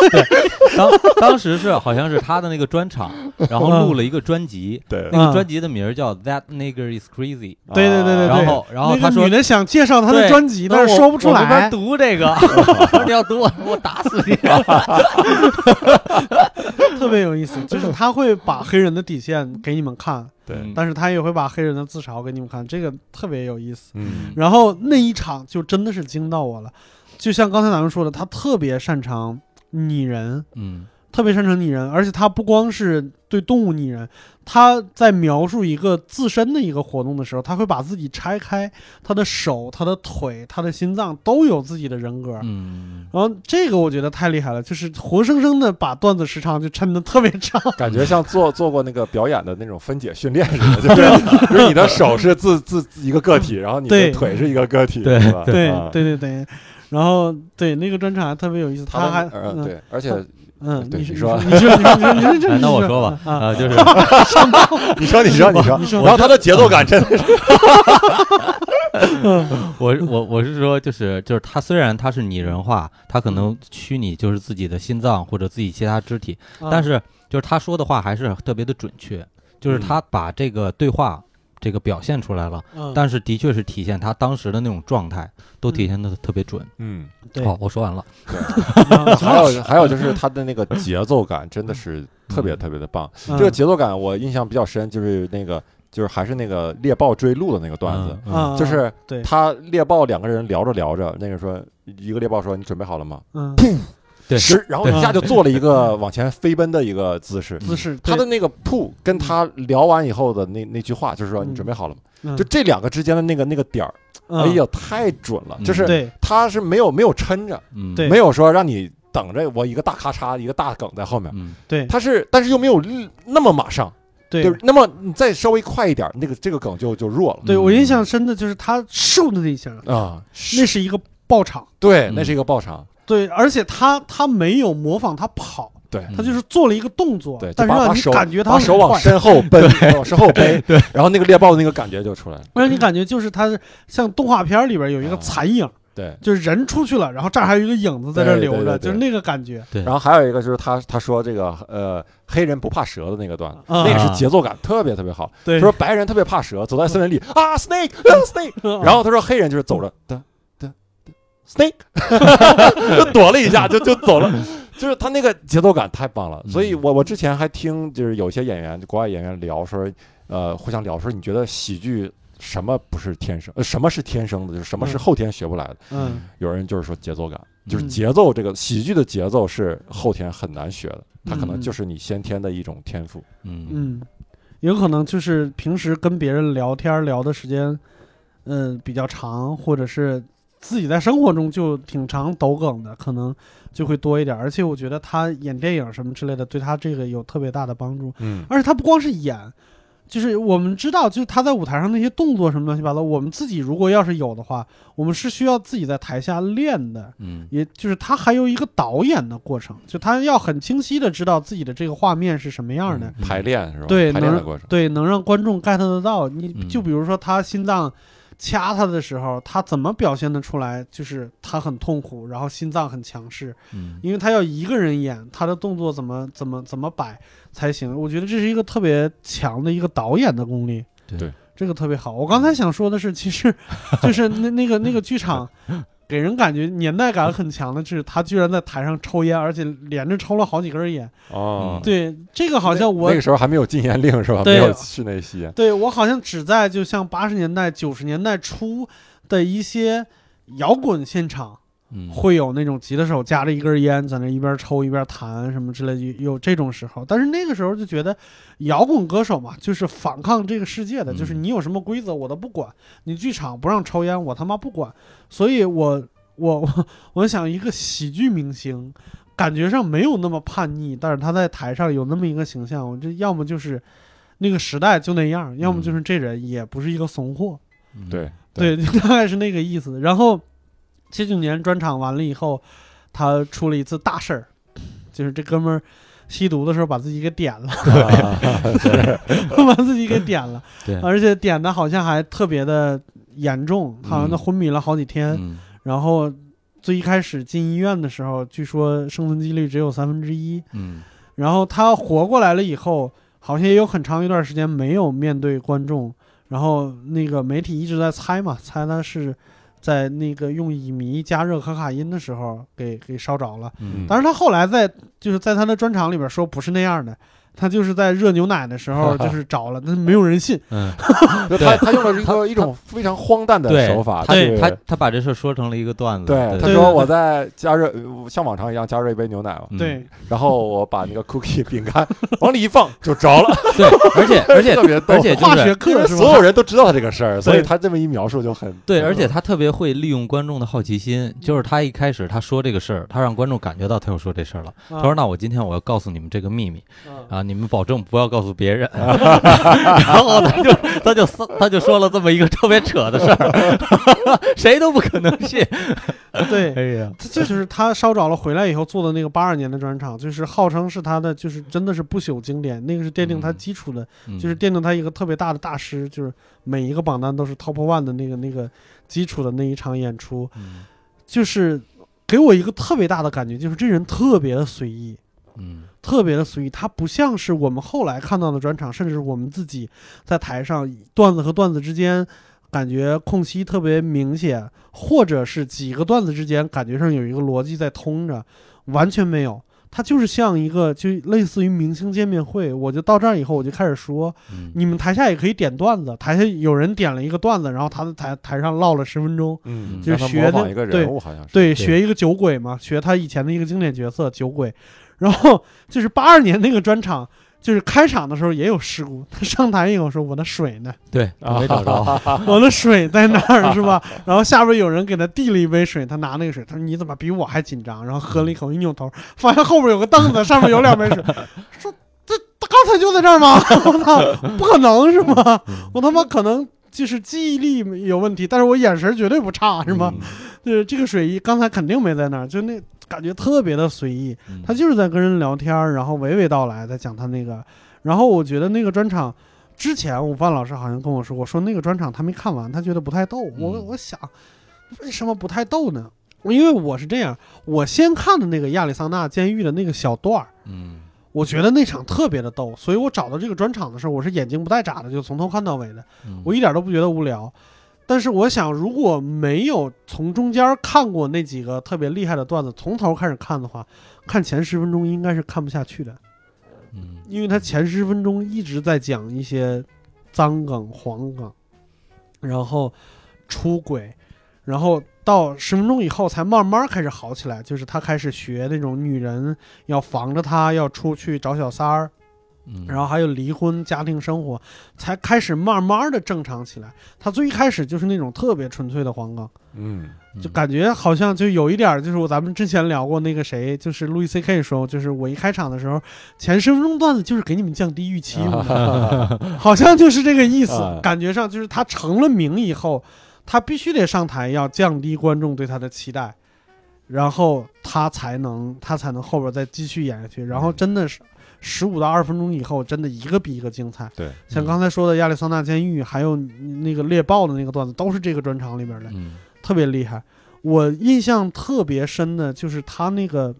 [laughs]
当当时是好像是他的那个专场，然
嗯
后录了一个专辑，
对
那个专辑的名儿叫《That Nigger Is Crazy
啊
对对对对对》，
然后然后
那
他
个
说
女的想介绍她的
对
专辑，但是
我
说不出
我没法
来。
读
[laughs]
这个，我说你要读我，我打死你！
特别有意思，就是他会把黑人的底线给你们看，
嗯
对，
但是他也会把黑人的自嘲给你们看，这个特别有意思。
嗯
然后那一场就真的是惊到我了，就像刚才咱们说的，他特别擅长拟人，
嗯
特别擅长拟人，而且他不光是对动物拟人，他在描述一个自身的一个活动的时候，他会把自己拆开，他的手、他的腿、他的心脏都有自己的人格。 [laughs]
嗯，
然后这个我觉得太厉害了，就是活生生的把段子时长就抻得特别长。
嗯感觉像做做过那个表演的那种分解训练似的， [laughs] 就是就是你的手是自自自一个个体，然后你的
对
腿是一个个体，
对
是吧？
对
啊
对对对，然后对那个专场还特别有意思，
他
还
们呃
嗯
对，而且
嗯，
对
你
你
说
说
你说你说你说你说
哎，
你
那我
说
说吧，
啊，
啊，
[laughs]
就是
[laughs] 你说你说你说，然后他的节奏
[laughs]
感真的是
我我我是说，就是就是他虽然他是拟人化，他可
嗯
能虚拟就是自己的心脏或者自己其他肢体，
啊嗯
但是就是他说的话还是特别的准确，就是
嗯
他把这个对话这个表现出来了，
嗯
但是的确是体现他当时的那种状态，都体现的特别准。哦
嗯。
对啊
好，我说完了。
[laughs]
还有还有就是他的那个节奏感真的是特别特别的棒。
嗯
[laughs] 这个节奏感我印象比较深，就是那个就是还是那个猎豹追鹿的那个段子，
嗯，
啊
就是
对
他猎豹两个人聊着聊着，那个说一个猎豹说你准备好了吗？
嗯
对
是，然后
对
一下就做了一个往前飞奔的一个姿势。
姿势，
他
对
的那个噗跟他聊完以后的那那句话，就是说
嗯
你准备好了吗？
嗯
就这两个之间的那个那个点儿，哎
嗯
呀，太准了！就
嗯
是
对
他是没有没有抻着，
嗯，
对
没有说让你等着我一个大咔嚓一个大梗在后面，
嗯，
对
他是，但是又没有立那么马上，就是
对
那么你再稍微快一点，那个这个梗就就弱了
对，我印象深的就是他瘦的那一下，
啊。
那是一个爆场，
对，
嗯
那是一个爆场，
对，而且他他没有模仿他跑。
对
嗯
他就是做了一个动作
嗯对，，
但
就是把
让
把
你
手
感觉他
把手往
快 [laughs]
身后奔，往身后背，对，然后那个猎豹的那个感觉就出来了，
让你感觉就是他是像动画片里边有一个
啊
残影，
对。
就是人出去了，然后这儿还有一个影子在这儿
对
留
对
着，
对对
就是那个感觉。
然后还有一个就是他他说这个呃黑人不怕蛇的那个段子，
啊
那也是节奏感特别特别好。
对
他说白人特别怕蛇，走在森林里啊 snake 啊 snake，
嗯
然后他说黑人就是走着哒哒哒 snake，就 [laughs] 躲了一下就就走了，就是他那个节奏感太棒了。所以我我之前还听就是有些演员国外演员聊说，呃，互相聊说你觉得喜剧什么不是天生，呃，什么是天生的，就是什么是
嗯
后天学不来的。
嗯，
有人就是说节奏感，
嗯
就是节奏这个喜剧的节奏是后天很难学的，它可能
嗯
就是你先天的一种天赋。
嗯
嗯，有可能就是平时跟别人聊天儿聊的时间，嗯、比较长，或者是自己在生活中就挺常抖梗的，可能就会多一点儿。而且我觉得他演电影什么之类的，对他这个有特别大的帮助。
嗯
而且他不光是演，就是我们知道，就是他在舞台上那些动作什么乱七八糟，我们自己如果要是有的话，我们是需要自己在台下练的。
嗯
也就是他还有一个导演的过程，就他要很清晰的知道自己的这个画面是什么样的，
嗯
排练是吧？
对
排练的
能
过程。
对，能让观众 get 得到。你
嗯
就比如说他心脏掐他的时候，他怎么表现得出来？就是他很痛苦，然后心脏很强势，
嗯
因为他要一个人演，他的动作怎么怎么怎么摆才行。我觉得这是一个特别强的一个导演的功力。
对
对
这个特别好。我刚才想说的是，其实就是那那个那个剧场，给人感觉年代感很强的是，他居然在台上抽烟，而且连着抽了好几根烟。
哦
嗯，
对，这个好像我
那个时候还没有禁烟令是吧？没
对
有室内吸烟。
对我好像只在就像八十年代、九十年代初的一些摇滚现场，
嗯，
会有那种吉他手夹着一根烟在那一边抽一边弹什么之类的，有这种时候。但是那个时候就觉得，摇滚歌手嘛，就是反抗这个世界的，
嗯
就是你有什么规则我都不管，你剧场不让抽烟我他妈不管。所以我 [laughs] 我我我想一个喜剧明星，感觉上没有那么叛逆，但是他在台上有那么一个形象，我这要么就是那个时代就那样，要么就是这人也不是一个怂货。
嗯，
对，
对， [laughs] 就大概是那个意思。然后七九年专场完了以后，他出了一次大事儿，就是这哥们儿吸毒的时候把自己给点了， [laughs]
啊
把自己给点了，
对，
而且点的好像还特别的严重，好像他
嗯
昏迷了好几天。
嗯
然后最一开始进医院的时候，据说生存几率只有三分之一。
嗯
然后他活过来了以后，好像也有很长一段时间没有面对观众，然后那个媒体一直在猜嘛，猜他是在那个用乙醚加热可卡因的时候给给烧着了。
嗯，
但是他后来在就是在他的专场里边说不是那样的，他就是在热牛奶的时候就是着了，但是没有人信。
嗯，
[laughs] 就他他用了一个一种非常荒诞的
对
手法，
他
去嗯
他他把这事儿说成了一个段子，
对他
对
说我在加热，呃像往常一样加热一杯牛奶嘛，
嗯
对，
然后我把 [laughs] 那个 cookie 饼干往里一放就着了，
对，而 [laughs] 且而且
特别逗
而且就
化学
因
是
为
课是
所
吧？
有人都知道他这个事儿，所以
对
他这么一描述就很
对，而且他特别会利用观众的好奇心，
嗯
就是他一开始他说这个事儿，他让观众感觉到他要说这事儿了。他说：“那我今天我要告诉你们这个秘密
啊，
啊，你们保证不要告诉别人。” [laughs] 然后他就他就说他就说了这么一个特别扯的事儿，谁都不可能
[laughs]
信。
对。
哎呀，
他这就是他烧着了回来以后做的那个八二年的专场，就是号称是他的，就是真的是不朽经典，那个是奠定他
嗯
基础的
嗯
就是奠定他一个特别大的大师，就是每一个榜单都是 top one 的那个那个基础的那一场演出，
嗯
就是给我一个特别大的感觉，就是这人特别的随意，
嗯
特别的随意，他不像是我们后来看到的专场，甚至是我们自己在台上段子和段子之间感觉空隙特别明显，或者是几个段子之间感觉上有一个逻辑在通着，完全没有。他就是像一个，就类似于明星见面会，我就到这儿以后，我就开始说，
嗯
你们台下也可以点段子，台下有人点了一个段子，然后他在台台上唠了十分钟，
嗯，
就是
让他
学
模
的
仿一个人物好像是，
对，学一个酒鬼嘛，学他以前的一个经典角色酒鬼。然后就是八二年那个专场，就是开场的时候也有事故，他上台以后说我的水呢，
对，我没
[laughs]
找着。
我的水在哪儿是吧？然后下边有人给他递了一杯水，他拿那个水，他说你怎么比我还紧张？然后喝了一口，一扭头发现后边有个凳子，上面有两杯水，说这他刚才就在这儿吗？ [laughs] 我操，不可能是吗？我他妈可能就是记忆力有问题，但是我眼神绝对不差是
嗯
吗？对，这个水一刚才肯定没在那儿，就那感觉特别的随意，
嗯
他就是在跟人聊天儿，然后娓娓道来，在讲他那个。然后我觉得那个专场之前，午饭老师好像跟我说过，说那个专场他没看完，他觉得不太逗。我
嗯
我想，为什么不太逗呢？因为我是这样，我先看的那个亚利桑那监狱的那个小段儿，
嗯
我觉得那场特别的逗，所以我找到这个专场的时候，我是眼睛不带眨的，就从头看到尾的。
嗯
我一点都不觉得无聊。但是我想，如果没有从中间看过那几个特别厉害的段子，从头开始看的话，看前十分钟应该是看不下去的，
嗯
因为他前十分钟一直在讲一些脏梗、黄梗，然后出轨，然后到十分钟以后才慢慢开始好起来，就是他开始学那种女人要防着他，要出去找小三儿，
嗯
然后还有离婚、家庭生活，才开始慢慢的正常起来。他最一开始就是那种特别纯粹的黄冈，
嗯 [laughs]
就感觉好像就有一点儿，就是我咱们之前聊过那个谁，就是路易 C K 说，就是我一开场的时候，前十分钟段子就是给你们降低预期用的， [laughs] 好像就是这个意思
啊。
感觉上就是他成了名以后，他必须得上台要降低观众对他的期待，然后他才能他才能后边再继续演下去。
嗯
然后真的是十五到二十分钟以后，真的一个比一个精彩。
对，
像刚才说的亚利桑那监狱，还有那个猎豹的那个段子，都是这个专场里边的。
嗯
特别厉害。我印象特别深的就是他那个，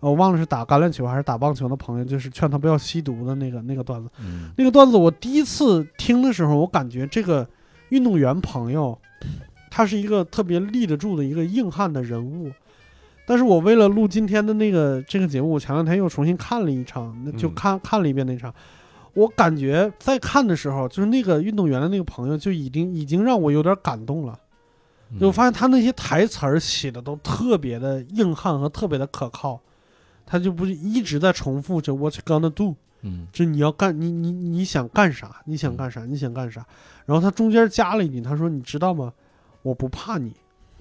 呃我忘了是打橄榄球还是打棒球的朋友，就是劝他不要吸毒的那个那个段子。
嗯
那个段子我第一次听的时候，我感觉这个运动员朋友，他是一个特别立得住的一个硬汉的人物。但是我为了录今天的那个这个节目，我前两天又重新看了一场，那就
嗯
看、看了一遍那场。我感觉在看的时候，就是那个运动员的那个朋友就已经已经让我有点感动了。
嗯
就我发现他那些台词儿写的都特别的硬汉和特别的可靠，他就不是一直在重复着 “What you gonna do”，
嗯
就你要干你你你想干啥，你想干啥，你想干啥。然后他中间加了一句，他说：“你知道吗？我不怕你，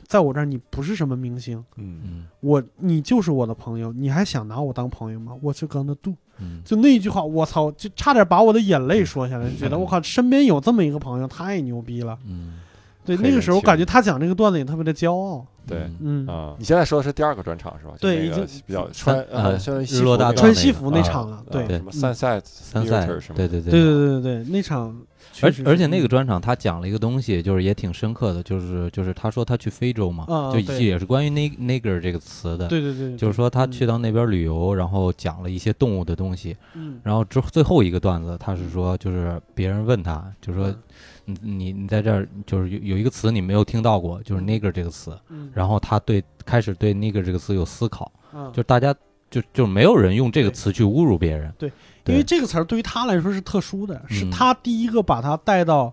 在我这儿你不是什么明星， [laughs]
嗯
嗯
我你就是我的朋友，你还想拿我当朋友吗？What you gonna do？”
嗯
就那一句话，我操，就差点把我的眼泪说下来，就觉得我靠，身边有这么一个朋友太牛逼了。
嗯，
对，
黑
那个
人
时候
情
感觉他讲这个段子也特别的骄傲。
对
嗯
嗯
啊、你现在说的是第二个专场是吧？就
对
那
已
个
经
比较穿呃
呃
穿
日
西
落
服
大
那
道
个
穿
那
西
个
服那
啊
场了，对嗯
啊
对
什么 Sunset
参赛
Theater 什么
对
的
对
对
对
对对对，那场确
而
实是，
而且那个专场他讲了一个东西，就是也挺深刻的，就是就是他说他去非洲嘛，
啊啊
就
对
也是关于那 “nigger” 这个词的，
嗯对对对，对
就是说他
嗯
去到那边旅游，然后讲了一些动物的东西，
嗯
然后之后最后一个段子他是说，就是别人问他，就是说
嗯
你你你在这儿就是有有一个词你没有听到过，就是 “nigger” 这个词，
嗯，
然后他对开始对 “nigger” 这个词有思考，
嗯
就是大家就就没有人用这个
对
词去侮辱别人，
因为
对
这个词儿对于他来说是特殊的，是
嗯
他第一个把他带到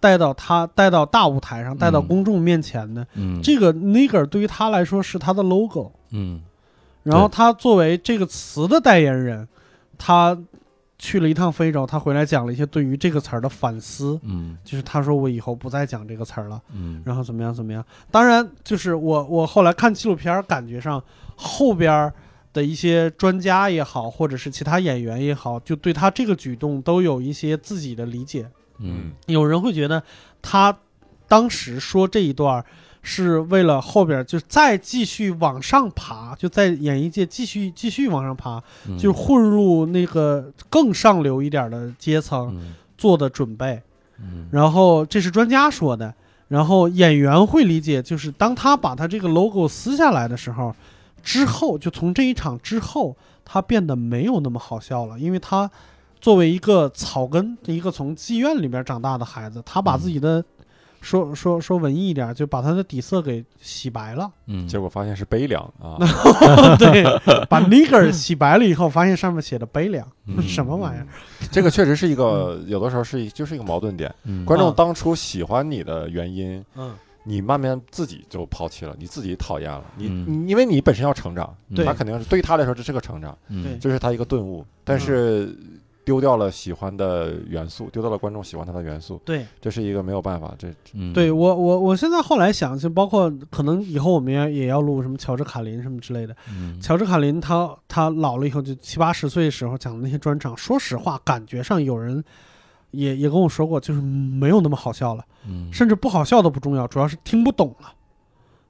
带到他带到大舞台上，带到
嗯
公众面前的。
嗯，
这个 nigger 对于他来说是他的 logo，
嗯
然后
对
他作为这个词的代言人，他去了一趟非洲，他回来讲了一些对于这个词儿的反思。
嗯
就是他说我以后不再讲这个词儿了，
嗯
然后怎么样怎么样。当然，就是我我后来看纪录片儿，感觉上后边儿的一些专家也好，或者是其他演员也好，就对他这个举动都有一些自己的理解。
嗯
有人会觉得他当时说这一段儿是为了后边儿就再继续往上爬，就在演艺界继续继续往上爬，
嗯，
就是混入那个更上流一点儿的阶层
嗯
做的准备。
嗯
然后这是专家说的，然后演员会理解，就是当他把他这个 logo 撕下来的时候，之后就从这一场之后，他变得没有那么好笑了，因为他作为一个草根，一个从妓院里边长大的孩子，他把自己的、说说说文艺一点，就把他的底色给洗白了，
嗯，
结果发现是悲凉啊，
对，把 nigger 洗白了以后，发现上面写的悲凉，
嗯
[laughs] 什么玩意儿？
这个确实是一
嗯
个有的时候是一就是一个矛盾点。
嗯
观
啊
众当初喜欢你的原因，
嗯，
你慢慢自己就抛弃了，你自己讨厌了，你、
嗯
你因为你本身要成长，
对
他肯定是对于他来说这是个成长，
嗯
对
这是他一个顿悟，但是
嗯
丢掉了喜欢的元素，丢掉了观众喜欢他的元素，
对。
这是一个没有办法，这
嗯
对我我我现在后来想，就包括可能以后我们也也要录什么乔治卡林什么之类的。
嗯
乔治卡林他他老了以后，就七八十岁的时候讲的那些专场，说实话，感觉上有人也也跟我说过，就是没有那么好笑了，
嗯
甚至不好笑都不重要，主要是听不懂了。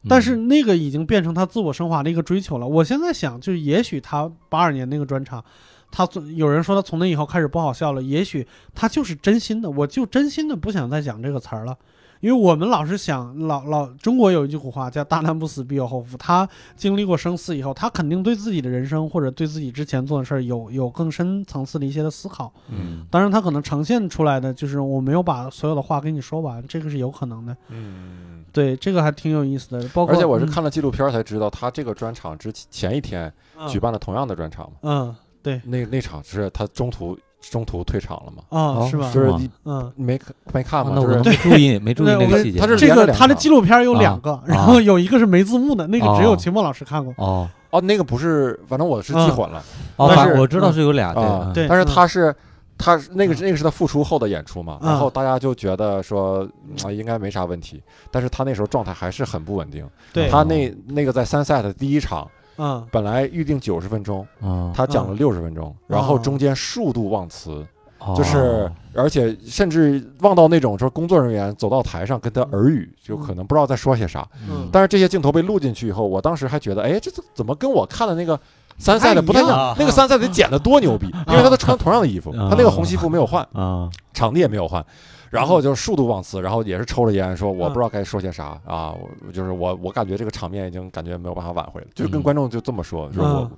但
嗯
是那个已经变成他自我升华的一个追求了。我现在想，就也许他八二年那个专场，他从有人说他从那以后开始不好笑了，也许他就是真心的，我就真心的不想再讲这个词儿了。因为我们老是想老老中国有一句古话叫“大难不死必有后福”，他经历过生死以后，他肯定对自己的人生或者对自己之前做的事儿有有更深层次的一些的思考。
嗯
当然，他可能呈现出来的就是我没有把所有的话跟你说完，这个是有可能的。
嗯。
对，这个还挺有意思的。包括
而且我是
嗯
看了纪录片儿才知道，他这个专场之前前一天
嗯
举办了同样的专场嘛，
嗯，对，
那那场是他中途中途退场了嘛，
啊，
哦
是吧？
就是
吗
你
嗯，
没看没看
啊
嘛，
那
就
我
是
都没注意没注意
对
那
我
个细节，
他是
这
连着
个
两啊
他的
场
纪录片有两个，然后有一个是没字幕的，那个只有
哦
秦墨老师看过。
哦
哦，那个不是，反正我是记混了，
哦，
但
反
是
我知道是有俩
啊
嗯对
但是他是。他是
嗯
那个是那个是他复出后的演出嘛，
嗯
然后大家就觉得说啊、应该没啥问题，但是他那时候状态还是很不稳定。
对，
他那那个在三赛的第一场，
嗯
本来预定九十分钟，
嗯，
他讲
嗯
了
哦
六十分钟，然后中间数度忘词，
他哦
就是而且甚至忘到那种说工作人员走到台上跟他耳语，就可能不知道在说些啥。
嗯
但是这些镜头被录进去以后，我当时还觉得，哎，这这怎么跟我看的那个参赛的不太一
不太
一样
样？那个参赛的剪的多牛逼，因为他都穿同样的衣服，
啊
他那个红西服没有换，
啊
场地也没有换，然后就数度忘词，然后也是抽着烟说，我不知道该说些啥啊，我就是我我感觉这个场面已经感觉没有办法挽回了，就跟
嗯
观众就这么说，就是我
嗯，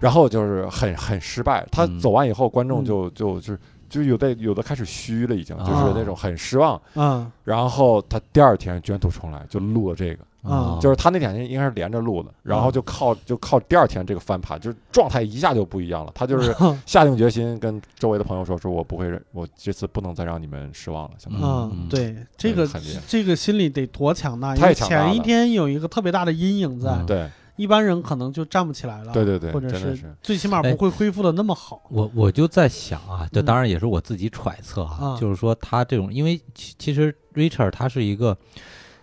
然后就是很很失败。他
嗯
走完以后，观众就就就是。就有的有的开始虚了，已经
啊
就是那种很失望。
啊
然后他第二天卷土重来，就录了这个，
啊
就是他那两天应该是连着录的，然后就靠就靠第二天这个翻盘，就是状态一下就不一样了。
[laughs]
他就是下定决心跟周围的朋友说，说我不会，我这次不能再让你们失望了，相当于。
啊
嗯，
对，这个
很厉害
这个心理得多强大，因
太
为
强大
前一
了
天有一个特别大的阴影在
嗯，
对
一般人可能就站不起来了，
对对对，
啊或者
真的
是
是
最起码
哎
不会恢复的那么好。
我我就在想啊，这
嗯
当然也是我自己揣测啊，
啊
就是说他这种，因为其其实 Richard 他是一个，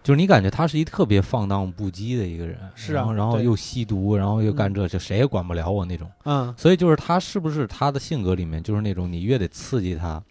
就是你感觉他是一特别放荡不羁的一个人，
是
然
啊
后然后
对
又吸毒，然后又干
嗯
这，就谁也管不了我那种。
哎
嗯
所以就是他是不是他的性格里面就是那种你越得刺激
[laughs]
他，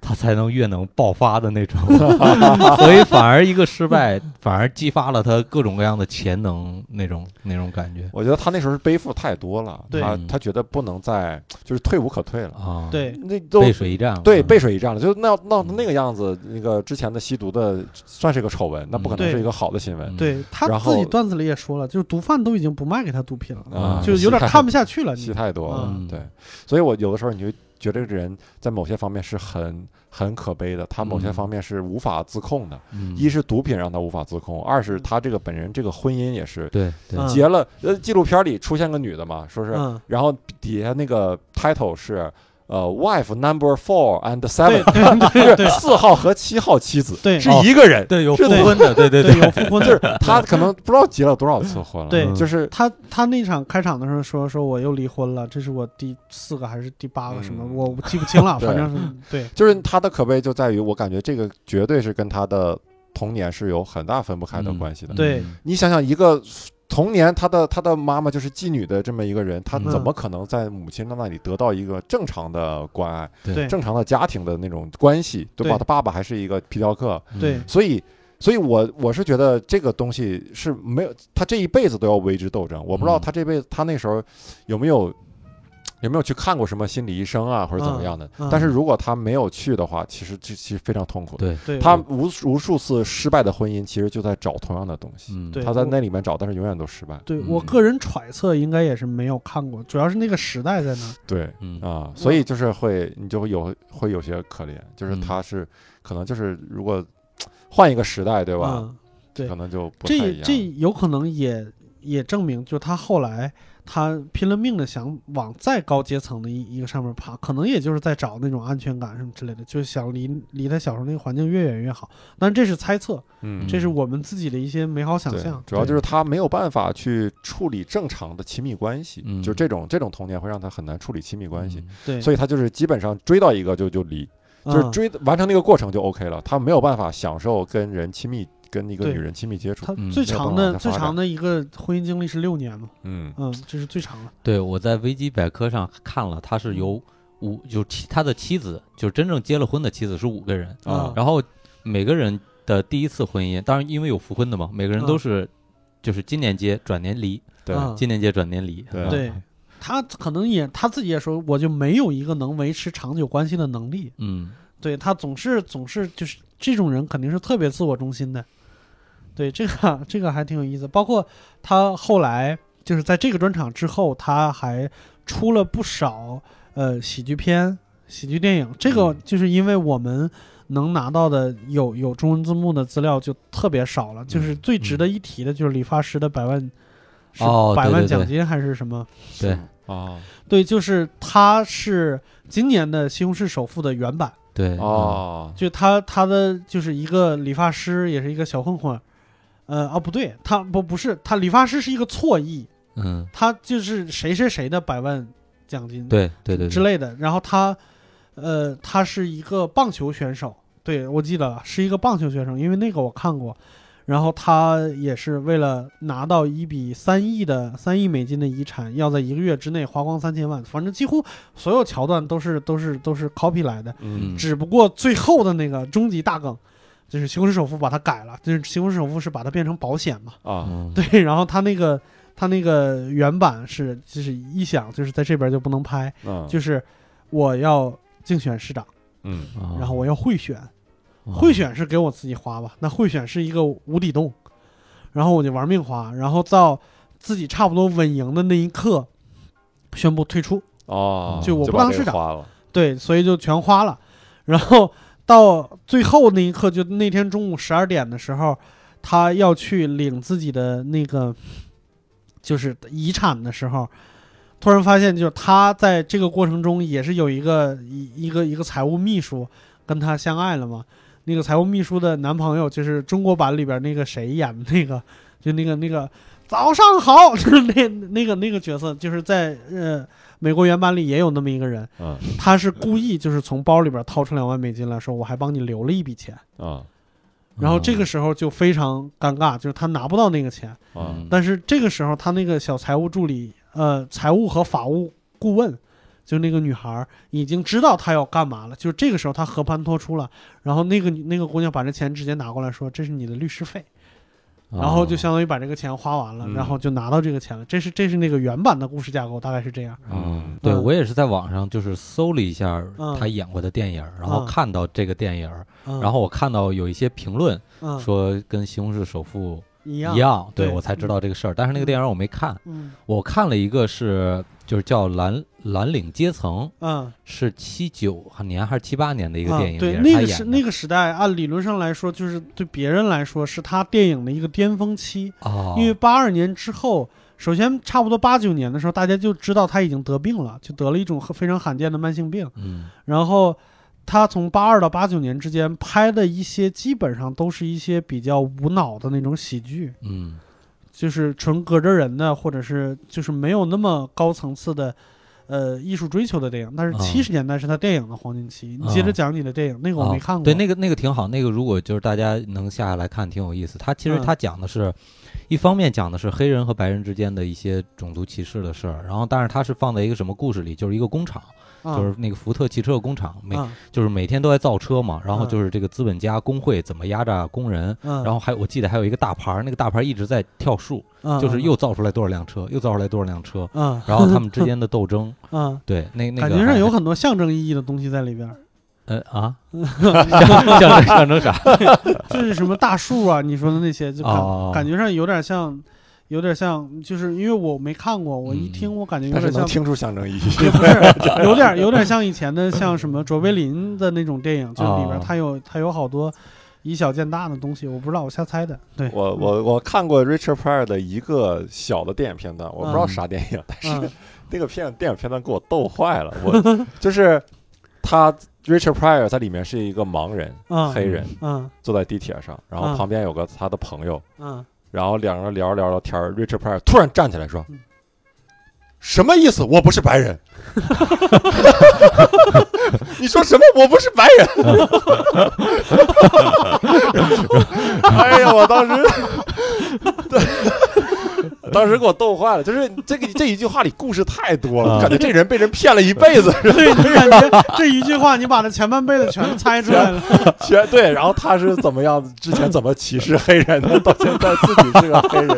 他才能越能爆发的那种， [laughs] 所以反而一个失败反而激发了他各种各样的潜能那种那种感觉
我觉得他那时候是背负太多了，
对
他
嗯
他觉得不能再就是退无可退了，
啊，，
对，
那都
背水一战，
对
嗯
背水一战了，就那闹
嗯
成那个样子，那个之前的吸毒的算是个丑闻，那不可能
对
是一个好的新闻
嗯
对他
然
自己
后
段子里也说了，就是毒贩都已经不卖给他毒品了，
啊，
嗯
就有点看不下去了。
戏
你
太多了
嗯，
对，所以我有的时候你就觉得这个人在某些方面是很很可悲的，他某些
嗯
方面是无法自控的，
嗯
一是毒品让他无法自控，二是他这个本人这个婚姻也是
对对
嗯
结了，呃，纪录片里出现个女的嘛，说是
嗯，
然后底下那个 title 是呃 wife number four and
对
seven，
对
[laughs]
对
是四号和七号妻子， [laughs]
对
是一个人，
对有
是
复
的
婚的，对
[laughs]
对嗯
对，有复婚
就是他可能不知道结了多少次婚了，
对
就是
他他那场开场的时候说说我又离婚了，这是我第四个还是第八个什么，
嗯
我记不清了，
对
反正是对，
就是他的可悲就在于，我感觉这个绝对是跟他的童年是有很大分不开的
嗯
关系的。
对
嗯
你想想，一个童年他的他的妈妈就是妓女的这么一个人，他
嗯
怎么可能在母亲那里得到一个正常的关爱、
对
正常的家庭的那种关系，对吧？
对
他爸爸还是一个皮条客，
嗯
对
所以，所以我我是觉得这个东西是没有他这一辈子都要为之斗争。我不知道
嗯
他这辈子他那时候有没有有没有去看过什么心理医生啊，或者怎么样的。
嗯嗯
但是如果他没有去的话，其实这其实非常痛苦的。
对，
对，
他无无数次失败的婚姻，其实就在找同样的东西。
嗯
对
他在那里面找，但是永远都失败。
对
嗯
我个人揣测应该也是没有看过，主要是那个时代在那儿。
对，
嗯
啊，所以就是会，你就会有会有些可怜，就是
嗯
他是可能就是如果换一个时代，对吧？
嗯，对
可能就不太一
这
样。
这有可能也也证明，就他后来他拼了命的想往再高阶层的一一个上面爬，可能也就是在找那种安全感什么之类的，就想离离他小时候那个环境越远越好。但这是猜测，
嗯，
这是我们自己的一些美好想
对，
象。
主要
对
就是他没有办法去处理正常的亲密关系，
嗯
就这种这种童年会让他很难处理亲密关系，
对，
所以他就是基本上追到一个就就离，就是
嗯
追完成那个过程就 OK 了，他没有办法享受跟人亲密跟一个
对
女人亲密接触。
他
嗯
最
没有
长
办
的
法再
最
发
长
展
的一个婚姻经历是六年嘛，
嗯，
嗯，这是最长的。
对，我在维基百科上看了，他
嗯
是由五，就是妻他的妻子，就是真正结了婚的妻子是五个人，
啊
然后每个人的第一次婚姻，当然因为有复婚的嘛，每个人
嗯
都是就是今年结，转年离，
对
嗯
今年结，转年离，啊
对
对他可能也他自己也说，我就没有一个能维持长久关系的能力。
嗯，
对他总是总是就是这种人肯定是特别自我中心的。对这个这个还挺有意思，包括他后来就是在这个专场之后，他还出了不少呃喜剧片、喜剧电影。这个
嗯
就是因为我们能拿到的有有中文字幕的资料就特别少了。
嗯
就是最值得一提的就是理发师的百万是
哦对
百万
对对
奖金还是什么？
对
啊
对，就是他是今年的西红柿首富的原版。
对，
哦，
就他他的就是一个理发师，也是一个小混混，呃啊不对，他不不是他理发师是一个错译，
嗯，
他就是谁谁谁的百万奖金
对对对，
之类的，然后他呃他是一个棒球选手，对我记得了，是一个棒球选手，因为那个我看过，然后他也是为了拿到一笔三亿的三亿美金的遗产，要在一个月之内花光三千万，反正几乎所有桥段都是都是都是 copy 来的。
嗯
嗯
只不过最后的那个终极大梗，就是西红柿首富把它改了，就是西红柿首富是把它变成保险嘛， [laughs]
啊，
嗯，
对，然后他那个他那个原版是就是一想就是在这边就不能拍，
嗯
就是我要竞选市长，
嗯
啊，
然后我要贿选，贿选是给我自己花吧，那贿选是一个无底洞，然后我就玩命花，然后到自己差不多稳赢的那一刻，宣布退出，
哦，
就我不
把
嗯
当
这
市
个
长
花了，
对，所以就全花了。然后到最后那一刻，就那天中午十二点的时候，他要去领自己的那个就是遗产的时候，突然发现，就是他在这个过程中也是有一个一一个一个财务秘书跟他相爱了嘛。那个财务秘书的男朋友就是中国版里边那个谁演的那个，就那个那个早上好，就是那那个那个角色，就是在呃美国原版里也有那么一个人，
嗯
他是故意就是从包里边掏出两万美金来说，我还帮你留了一笔钱。
啊
然后这个时候就非常尴尬，就是他拿不到那个钱。
啊
嗯
但是这个时候他那个小财务助理，呃，财务和法务顾问，就那个女孩儿已经知道他要干嘛了。就是这个时候他和盘托出了，然后那个女那个姑娘把这钱直接拿过来说：“这是你的律师费。”
啊
然后就相当于把这个钱花完了，
嗯
然后就拿到这个钱了。这是这是那个原版的故事架构，大概是这样。
嗯，对
嗯
我也是在网上就是搜了一下
嗯
他演过的电影儿，然后
嗯
看到这个电影儿，
嗯、
然后我看到有一些评论
嗯
说跟《西红柿首富》
一
一
样，
样，对
对
我才知道这个事儿。但是那个电影我没看，
嗯
我看了一个是就是叫《蓝蓝领阶层》，
嗯，
是七九年还是七八年的一个电影，
啊、对，
也是
那
他
个
演
时
的
那个时代，按理论上来说，就是对别人来说是他电影的一个巅峰期，
哦，
因为八二年之后，首先差不多八九年的时候，大家就知道他已经得病了，就得了一种很非常罕见的慢性病。
嗯
然后他从八二到八九年之间拍的一些，基本上都是一些比较无脑的那种喜剧，
嗯
就是纯隔着人的，或者是就是没有那么高层次的，呃，艺术追求的电影。但是
啊
七十年代是他电影的黄金期。你接着
啊
讲你的电影，那个我
哦
没看过。
对，那个那个挺好，那个如果就是大家能下下来看，挺有意思。他其实
嗯
他讲的是，一方面讲的是黑人和白人之间的一些种族歧视的事儿，然后但是他是放在一个什么故事里，就是一个工厂，
啊
就是那个福特汽车工厂，每
啊
就是每天都在造车嘛，然后
嗯
就是这个资本家工会怎么压榨工人。
嗯，
然后还我记得还有一个大牌儿，那个大牌儿一直在跳数，
后
就是又造出来多少辆车，又造出来多少辆车，
嗯
然后他们之间的斗争，
嗯，
对，那那
[laughs]
个
感觉上
还
有很多象征意义的东西在里边儿，
呃啊，象象征象征啥？
就是什么大树啊，你说的那些，就感
哦
感觉上有点像，有点像，就是因为我没看过，我
嗯
一听我感觉有
但是
点
能
像。
听出象
[laughs]
征意义。
也不是，
[laughs]
有点有点像以前的，像什么卓别林的那种电影，就是里边
哦
它有它有好多以小见大的东西，我不知道，我瞎猜的。对，
我我我看过 Richard Pryor 的一个小的电影片段，我不知道
嗯
啥电影，但是
嗯
那个片电影片段给我逗坏了。我就是他 Richard Pryor 在里面是一个盲人，
嗯
黑人
嗯
坐在地铁上，然后
嗯
旁边有个他的朋友，
嗯
然后两个人聊着聊着天儿，Richard Pryor 突然站起来说
嗯：“
什么意思？我不是白人。”你说什么？我不是白人。哎呀，我当时，当时给我逗坏了。就是这个这一句话里故事太多了，
啊
感觉这人被人骗了一辈子。
对，你感觉这一句话，你把他前半辈子全都猜出
[laughs]
来了。
[laughs] 全对，然后他是怎么样？之前怎么歧视黑人的？到现在自己是个黑人，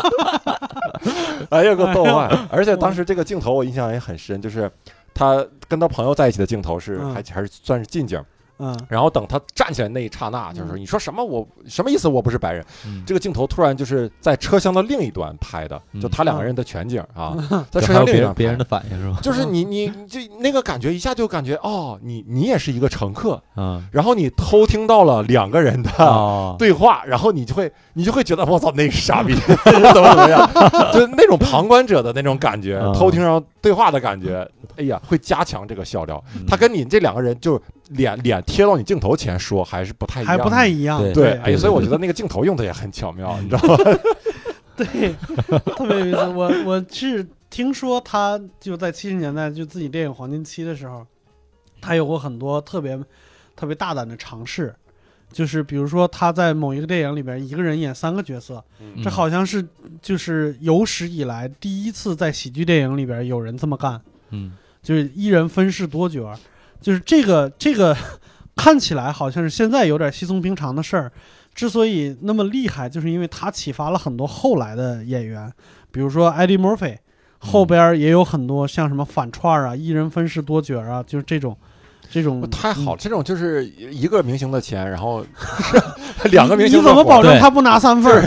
[laughs] 哎呀，给我逗坏了！而且当时这个镜头我印象也很深，就是他跟他朋友在一起的镜头是
嗯
还还是算是近景，
嗯
然后等他站起来那一刹那，就是
嗯
你说什么我什么意思？我不是白人。
[laughs]
嗯
这个镜头突然就是在车厢的另一端拍的，
嗯
就他两个人的全景啊，在
这
车
还有
厢另
别
一端
人别人
拍。
的嗯反应是吧？
就是你你你这那个感觉一下就感觉哦，你你也是一个乘客，
啊
然后你偷听到了两个人的
哦，
对话，然后你就会你就会觉得我操，那是傻
[laughs]
逼，怎么怎么样，就是那种旁观者的那种感觉
嗯
啊，
偷听上对话的感觉，哎呀，会加强这个笑料。
嗯
他跟你这两个人就脸脸贴到你镜头前说，还是不太一样，
还不太一样。
对
对。
对
哎，所以我觉得那个镜头用的也很
[laughs]
巧妙，你知道吗？
对，特别有意思。我我是听说他就在七十年代就自己电影黄金期的时候，他有过很多特别特别大胆的尝试，就是比如说他在某一个电影里边一个人演三个角色，
嗯
这好像是就是有史以来第一次在喜剧电影里边有人这么干，
嗯
就是一人分饰多角儿，就是这个这个 [laughs] 看起来好像是现在有点稀松平常的事儿，之所以那么厉害，就是因为它启发了很多后来的演员，比如说 Eddie Murphy，后边儿也有很多像什么反串儿啊、一人分饰多角儿啊，
哦
就是这种这种 [laughs]
太好了，这种就是一个明星的钱，然后两个明星
你怎么保
证
证他不拿三份儿？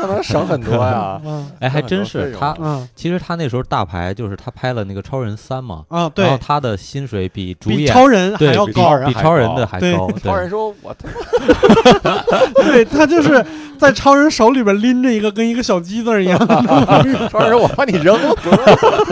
可能省很多呀？
嗯
哎，还真
很
是
多费用
他。
嗯
其实他那时候大牌就是他拍了那个《超人三》嘛，
啊，
然后
对，
他的薪水比主
比
演
超人还
对
要
比
高。啊
比超人的
[laughs]
还
对
高。
超人
对，
说：“我他妈
对他就是在超人手里边拎着一个跟一个小鸡子儿一样的东西。
超人说我把你扔了，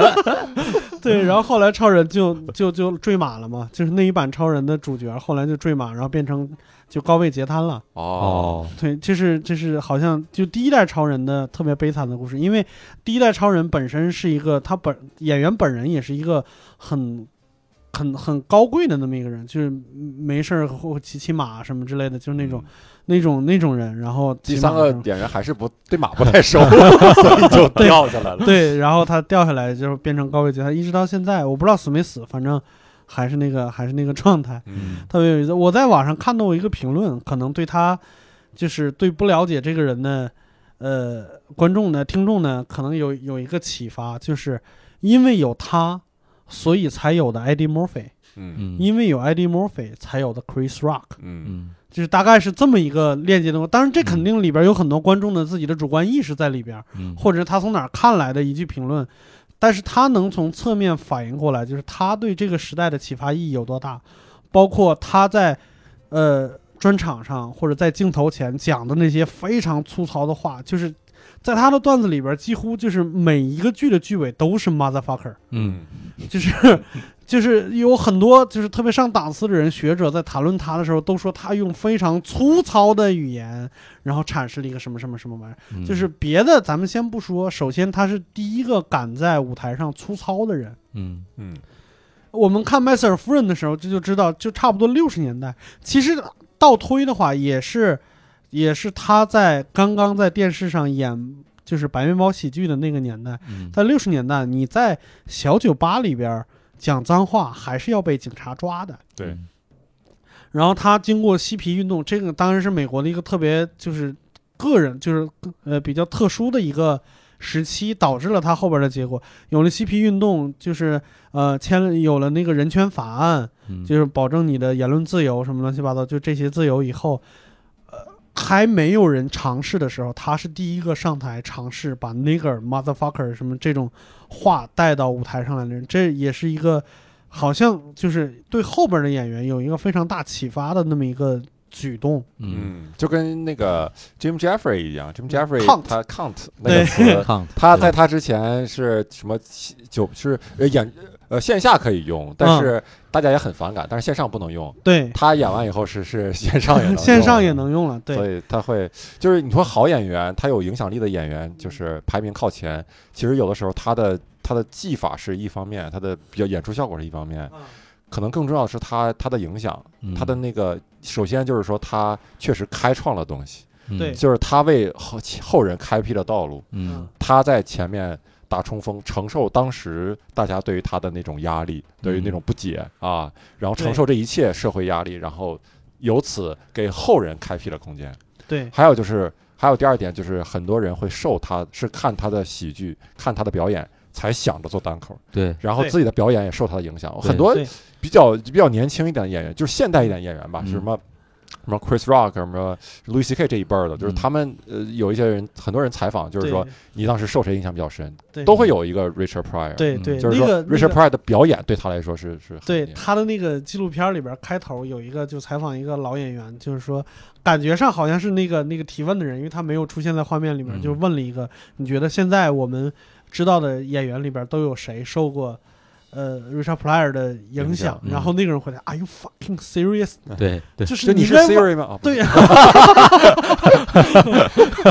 [laughs] 对，然后后来超人
[laughs]
就就就坠马了嘛，就是那一版超人的主角后来就坠马，然后变成就高位截瘫了。
哦，
哦，
对，这是这是好像就第一代超人的特别悲惨的故事，因为第一代超人本身是一个他本演员本人也是一个很很很高贵的那么一个人，就是没事儿或骑骑马什么之类的，就是那种、那种那种人。然后
嗯第
骑
三
马
个
的时候
点人还是不对马不太
[laughs]
熟，所以就掉下来了。
对，然后他掉下来就是变成高位截瘫，一直到现在我不知道死没死，反正还是那个还是那个状态。
嗯，
特别有意思。我在网上看到过一个评论，可能对他就是对不了解这个人的呃观众呢、听众呢，可能有有一个启发，就是因为有他，所以才有的 ID Murphy，
嗯
嗯，
因为有 ID Murphy 才有的 Chris Rock，
嗯
嗯
就是大概是这么一个链接的。当然，这肯定里边有很多观众的自己的主观意识在里边，
嗯，
或者是他从哪儿看来的一句评论，但是他能从侧面反映过来，就是他对这个时代的启发意义有多大，包括他在呃专场上或者在镜头前讲的那些非常粗糙的话，就是在他的段子里边，几乎就是每一个剧的句尾都是 motherfucker，
嗯，
就是就是有很多就是特别上档次的人学者在谈论他的时候，都说他用非常粗糙的语言，然后阐释了一个什么什么什么玩意儿。
嗯
就是别的咱们先不说，首先他是第一个敢在舞台上粗糙的人。
嗯
嗯
我们看麦瑟尔夫人的时候，这就知道，就差不多六十年代。其实倒推的话，也是，也是他在刚刚在电视上演就是白面包喜剧的那个年代，
嗯
在六十年代，你在小酒吧里边讲脏话，还是要被警察抓的。
对
然后他经过嬉皮运动，这个当然是美国的一个特别就是个人就是呃比较特殊的一个时期，导致了他后边的结果。有了嬉皮运动，就是呃签了有了那个人权法案，
嗯
就是保证你的言论自由什么乱七八糟，就这些自由以后，呃还没有人尝试的时候，他是第一个上台尝试把 nigger motherfucker 什么这种话带到舞台上来的人，这也是一个好像就是对后边的演员有一个非常大启发的那么一个举动。
嗯
嗯，就跟那个 Jim Jeffrey 一样，Jim Jeffrey
Count
他 count
嗯
那个词，
抗
他在他之前是什么九是呃演呃线下可以用，但
嗯
是大家也很反感，但是线上不能用。
对，
他演完以后是是线上也能用
线上也能用了，对
所以他会就是你说好演员，他有影响力的演员，就是排名靠前。其实有的时候他的他的技法是一方面，他的表演出效果是一方面，可能更重要的是他他的影响，
嗯
他的那个首先就是说他确实开创了东西，
对
就是他为后后人开辟了道路，
嗯
他在前面。大冲锋承受当时大家对于他的那种压力，对于那种不解啊，然后承
对
受这一切社会压力，然后由此给后人开辟了空间。
对
还有就是，还有第二点就是，很多人会受他是看他的喜剧，看他的表演。才想着做单口，
对
然后
对
自己的表演也受他的影响。
对
很多
对
比较比较年轻一点的演员，就是现代一点的演员吧，
嗯
是什么什么 Chris Rock、什么 Louis C.K. 这一辈儿的，就是
嗯
他们呃有一些人，很多人采访，就是说你当时受谁影响比较深，
对
都会有一个 Richard Pryor，
对
嗯
对
就是
那
说
个那
Richard
个
Pryor 的表演对他来说是是很
对
厉害
他的那个纪录片里边开头有一个就采访一个老演员，就是说感觉上好像是那个那个提问的人，因为他没有出现在画面里面，
嗯
就问了一个你觉得现在我们知道的演员里边都有谁受过呃 Richard Pryor 的影
影响
嗯
然后那个人回答：Are you fucking serious？
对对
就，是
就你是
应该问
Siri 吗？啊，不 [laughs]
对，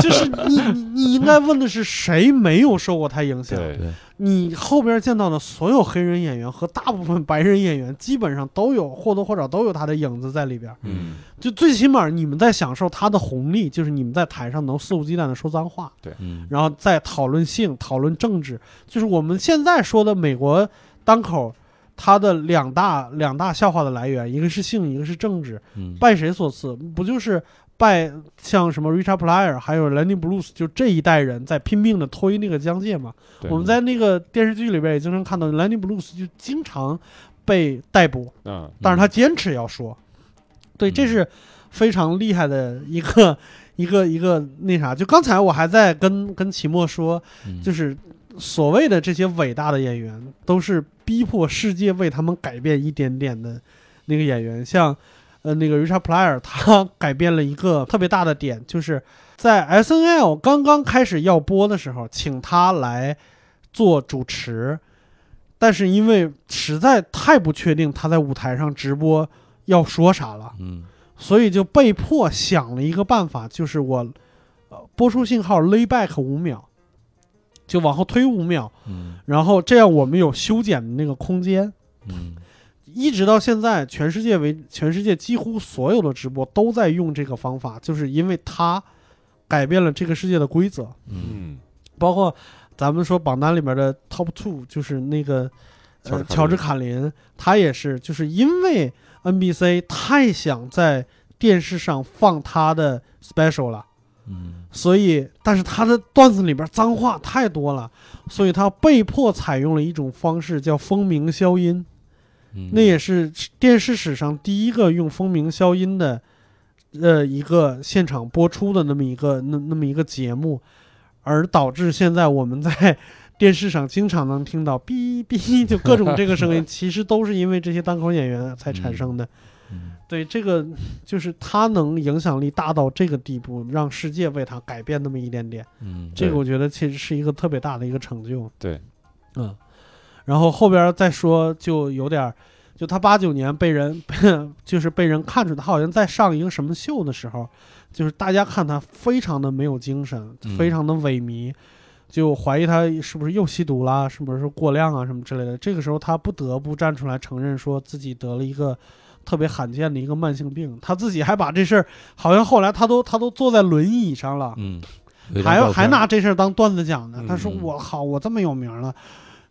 [laughs] 就是你你你应该问的是谁没有受过他影响？
对，
对
你后边见到的所有黑人演员和大部分白人演员，基本上都有或多或少都有他的影子在里边。
嗯，
就最起码你们在享受他的红利，就是你们在台上能肆无忌惮的说脏话，
嗯
然后再讨论性、讨论政治。就是我们现在说的美国单口，它的两大两大笑话的来源，一个是性，一个是政治。
嗯
拜谁所赐？不就是拜像什么 Richard Pryor 还有 Lenny Bruce 就这一代人在拼命的推那个疆界嘛？
对
我们在那个电视剧里边也经常看到 Lenny Bruce 就经常被逮捕，
嗯
但是他坚持要说。对，
嗯
这是非常厉害的一个一个一个那啥。就刚才我还在跟跟齐墨说，
嗯
就是所谓的这些伟大的演员，都是逼迫世界为他们改变一点点的那个演员，像。呃，那个 Richard Pryor 他 [laughs] 改变了一个特别大的点，就是在 S N L 刚刚开始要播的时候，请他来做主持，但是因为实在太不确定他在舞台上直播要说啥了，
嗯
所以就被迫想了一个办法，就是我，呃，播出信号 lay back 五秒，就往后推五秒，
嗯
然后这样我们有修剪的那个空间。
嗯
一直到现在，全世界为全世界几乎所有的直播都在用这个方法，就是因为它改变了这个世界的规则。
嗯
嗯，
包括咱们说榜单里面的 top two，就是那个呃
乔
乔
治
治卡林，他也是，就是因为 NBC 太想在电视上放他的 special 了，
嗯
所以但是他的段子里边脏话太多了，所以他被迫采用了一种方式叫风鸣消音，
嗯，
那也是电视史上第一个用风鸣消音的，呃，一个现场播出的那么一个那那么一个节目，而导致现在我们在 [laughs] 电视上经常能听到哔哔
[laughs]
就各种这个声音，其实都是因为这些单口演员才产生的。
嗯
对，这个就是他能影响力大到这个地步，让世界为他改变那么一点点。
嗯
这个我觉得其实是一个特别大的一个成就。
对，
嗯，然后后边再说就有点儿，就他八九年被人 [laughs] 就是被人看出他好像在上一个什么秀的时候，就是大家看他非常的没有精神，
嗯
非常的萎靡。就怀疑他是不是又吸毒啦，是不是过量啊什么之类的。这个时候他不得不站出来承认，说自己得了一个特别罕见的一个慢性病。他自己还把这事儿，好像后来他都他都坐在轮椅上了，
嗯，有一张
还
照片
还拿这事儿当段子讲呢
嗯。
他说：“
嗯
我靠，我这么有名了，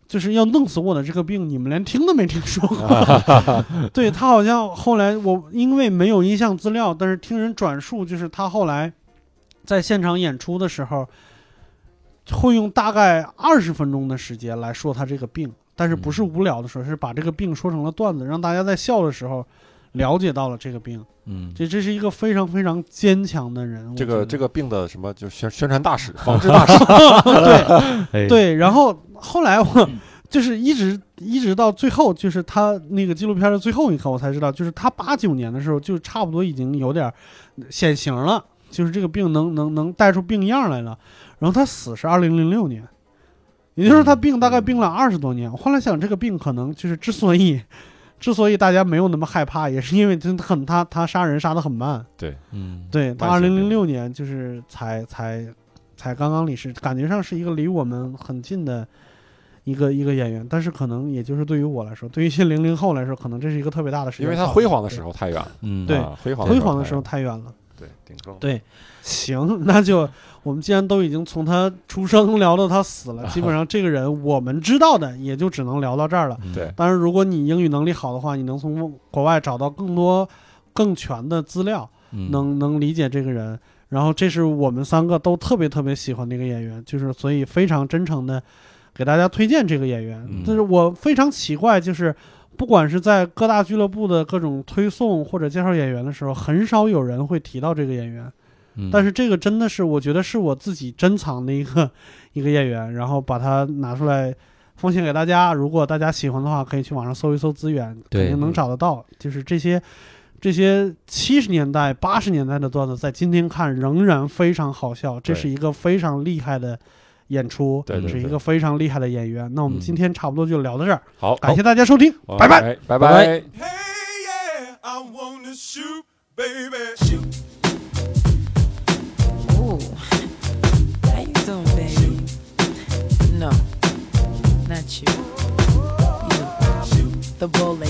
就是要弄死我的这个病，你们连听都没听说过。
[laughs]
对”他好像后来我因为没有音像资料，但是听人转述，就是他后来在现场演出的时候，会用大概二十分钟的时间来说他这个病，但是不是
嗯
无聊的说，是把这个病说成了段子，让大家在笑的时候了解到了这个病。
嗯
这这是一个非常非常坚强的人。
这个这
个。
个病的什么就是宣宣传大使、防治大使，
[laughs]
哎
对，然后后来我就是一直一直到最后，就是他那个纪录片的最后一刻，我才知道，就是他八九年的时候，就差不多已经有点儿显形了，就是这个病能能能带出病样来了。然后他死是二零零六年，也就是说他病大概病了二十多年。我后来想，这个病可能就是之所以。之所以大家没有那么害怕，也是因为真的很他他杀人杀的很慢，
嗯
对他二
慢性
零
病
零六年就是才才才刚刚离世，感觉上是一个离我们很近的一个一个演员，但是可能也就是对于我来说，对于一些零零后来说，可能这是一个特别大的事
因为他辉煌的时
候，
候太远了，
嗯
对
啊辉煌
辉煌的时
候
候太远了。
太远了，对，顶峰，
对行， [laughs] 那就我们既然都已经从他出生聊到他死了，基本上这个
[laughs]
人我们知道的也就只能聊到这儿了。
嗯
对
当然，如果你英语能力好的话，你能从国外找到更多更全的资料。
嗯
能能理解这个人。然后这是我们三个都特别特别喜欢的一个演员，就是所以非常真诚的给大家推荐这个演员。
嗯
但是我非常奇怪，就是不管是在各大俱乐部的各种推送或者介绍演员的时候，很少有人会提到这个演员。
嗯
但是这个真的是我觉得是我自己珍藏的一个 [laughs] 一个演员，然后把它拿出来奉献给大家。如果大家喜欢的话，可以去网上搜一搜资源，
对
肯定能找得到。就是这些这些七十年代、八十年代的段子，在今天看仍然非常好笑，这
对
是一个非常厉害的。演出
对
对
是一
对
个非常厉害的演员。那我们
嗯
今天差不多就聊到这儿，
好，
感谢大家收听。
好，
拜拜
哎拜
拜
拜。
Hey, yeah, I wanna shoot, baby. Shoot.
Ooh. How you doing, baby? No, not you. You. The bullet. [laughs]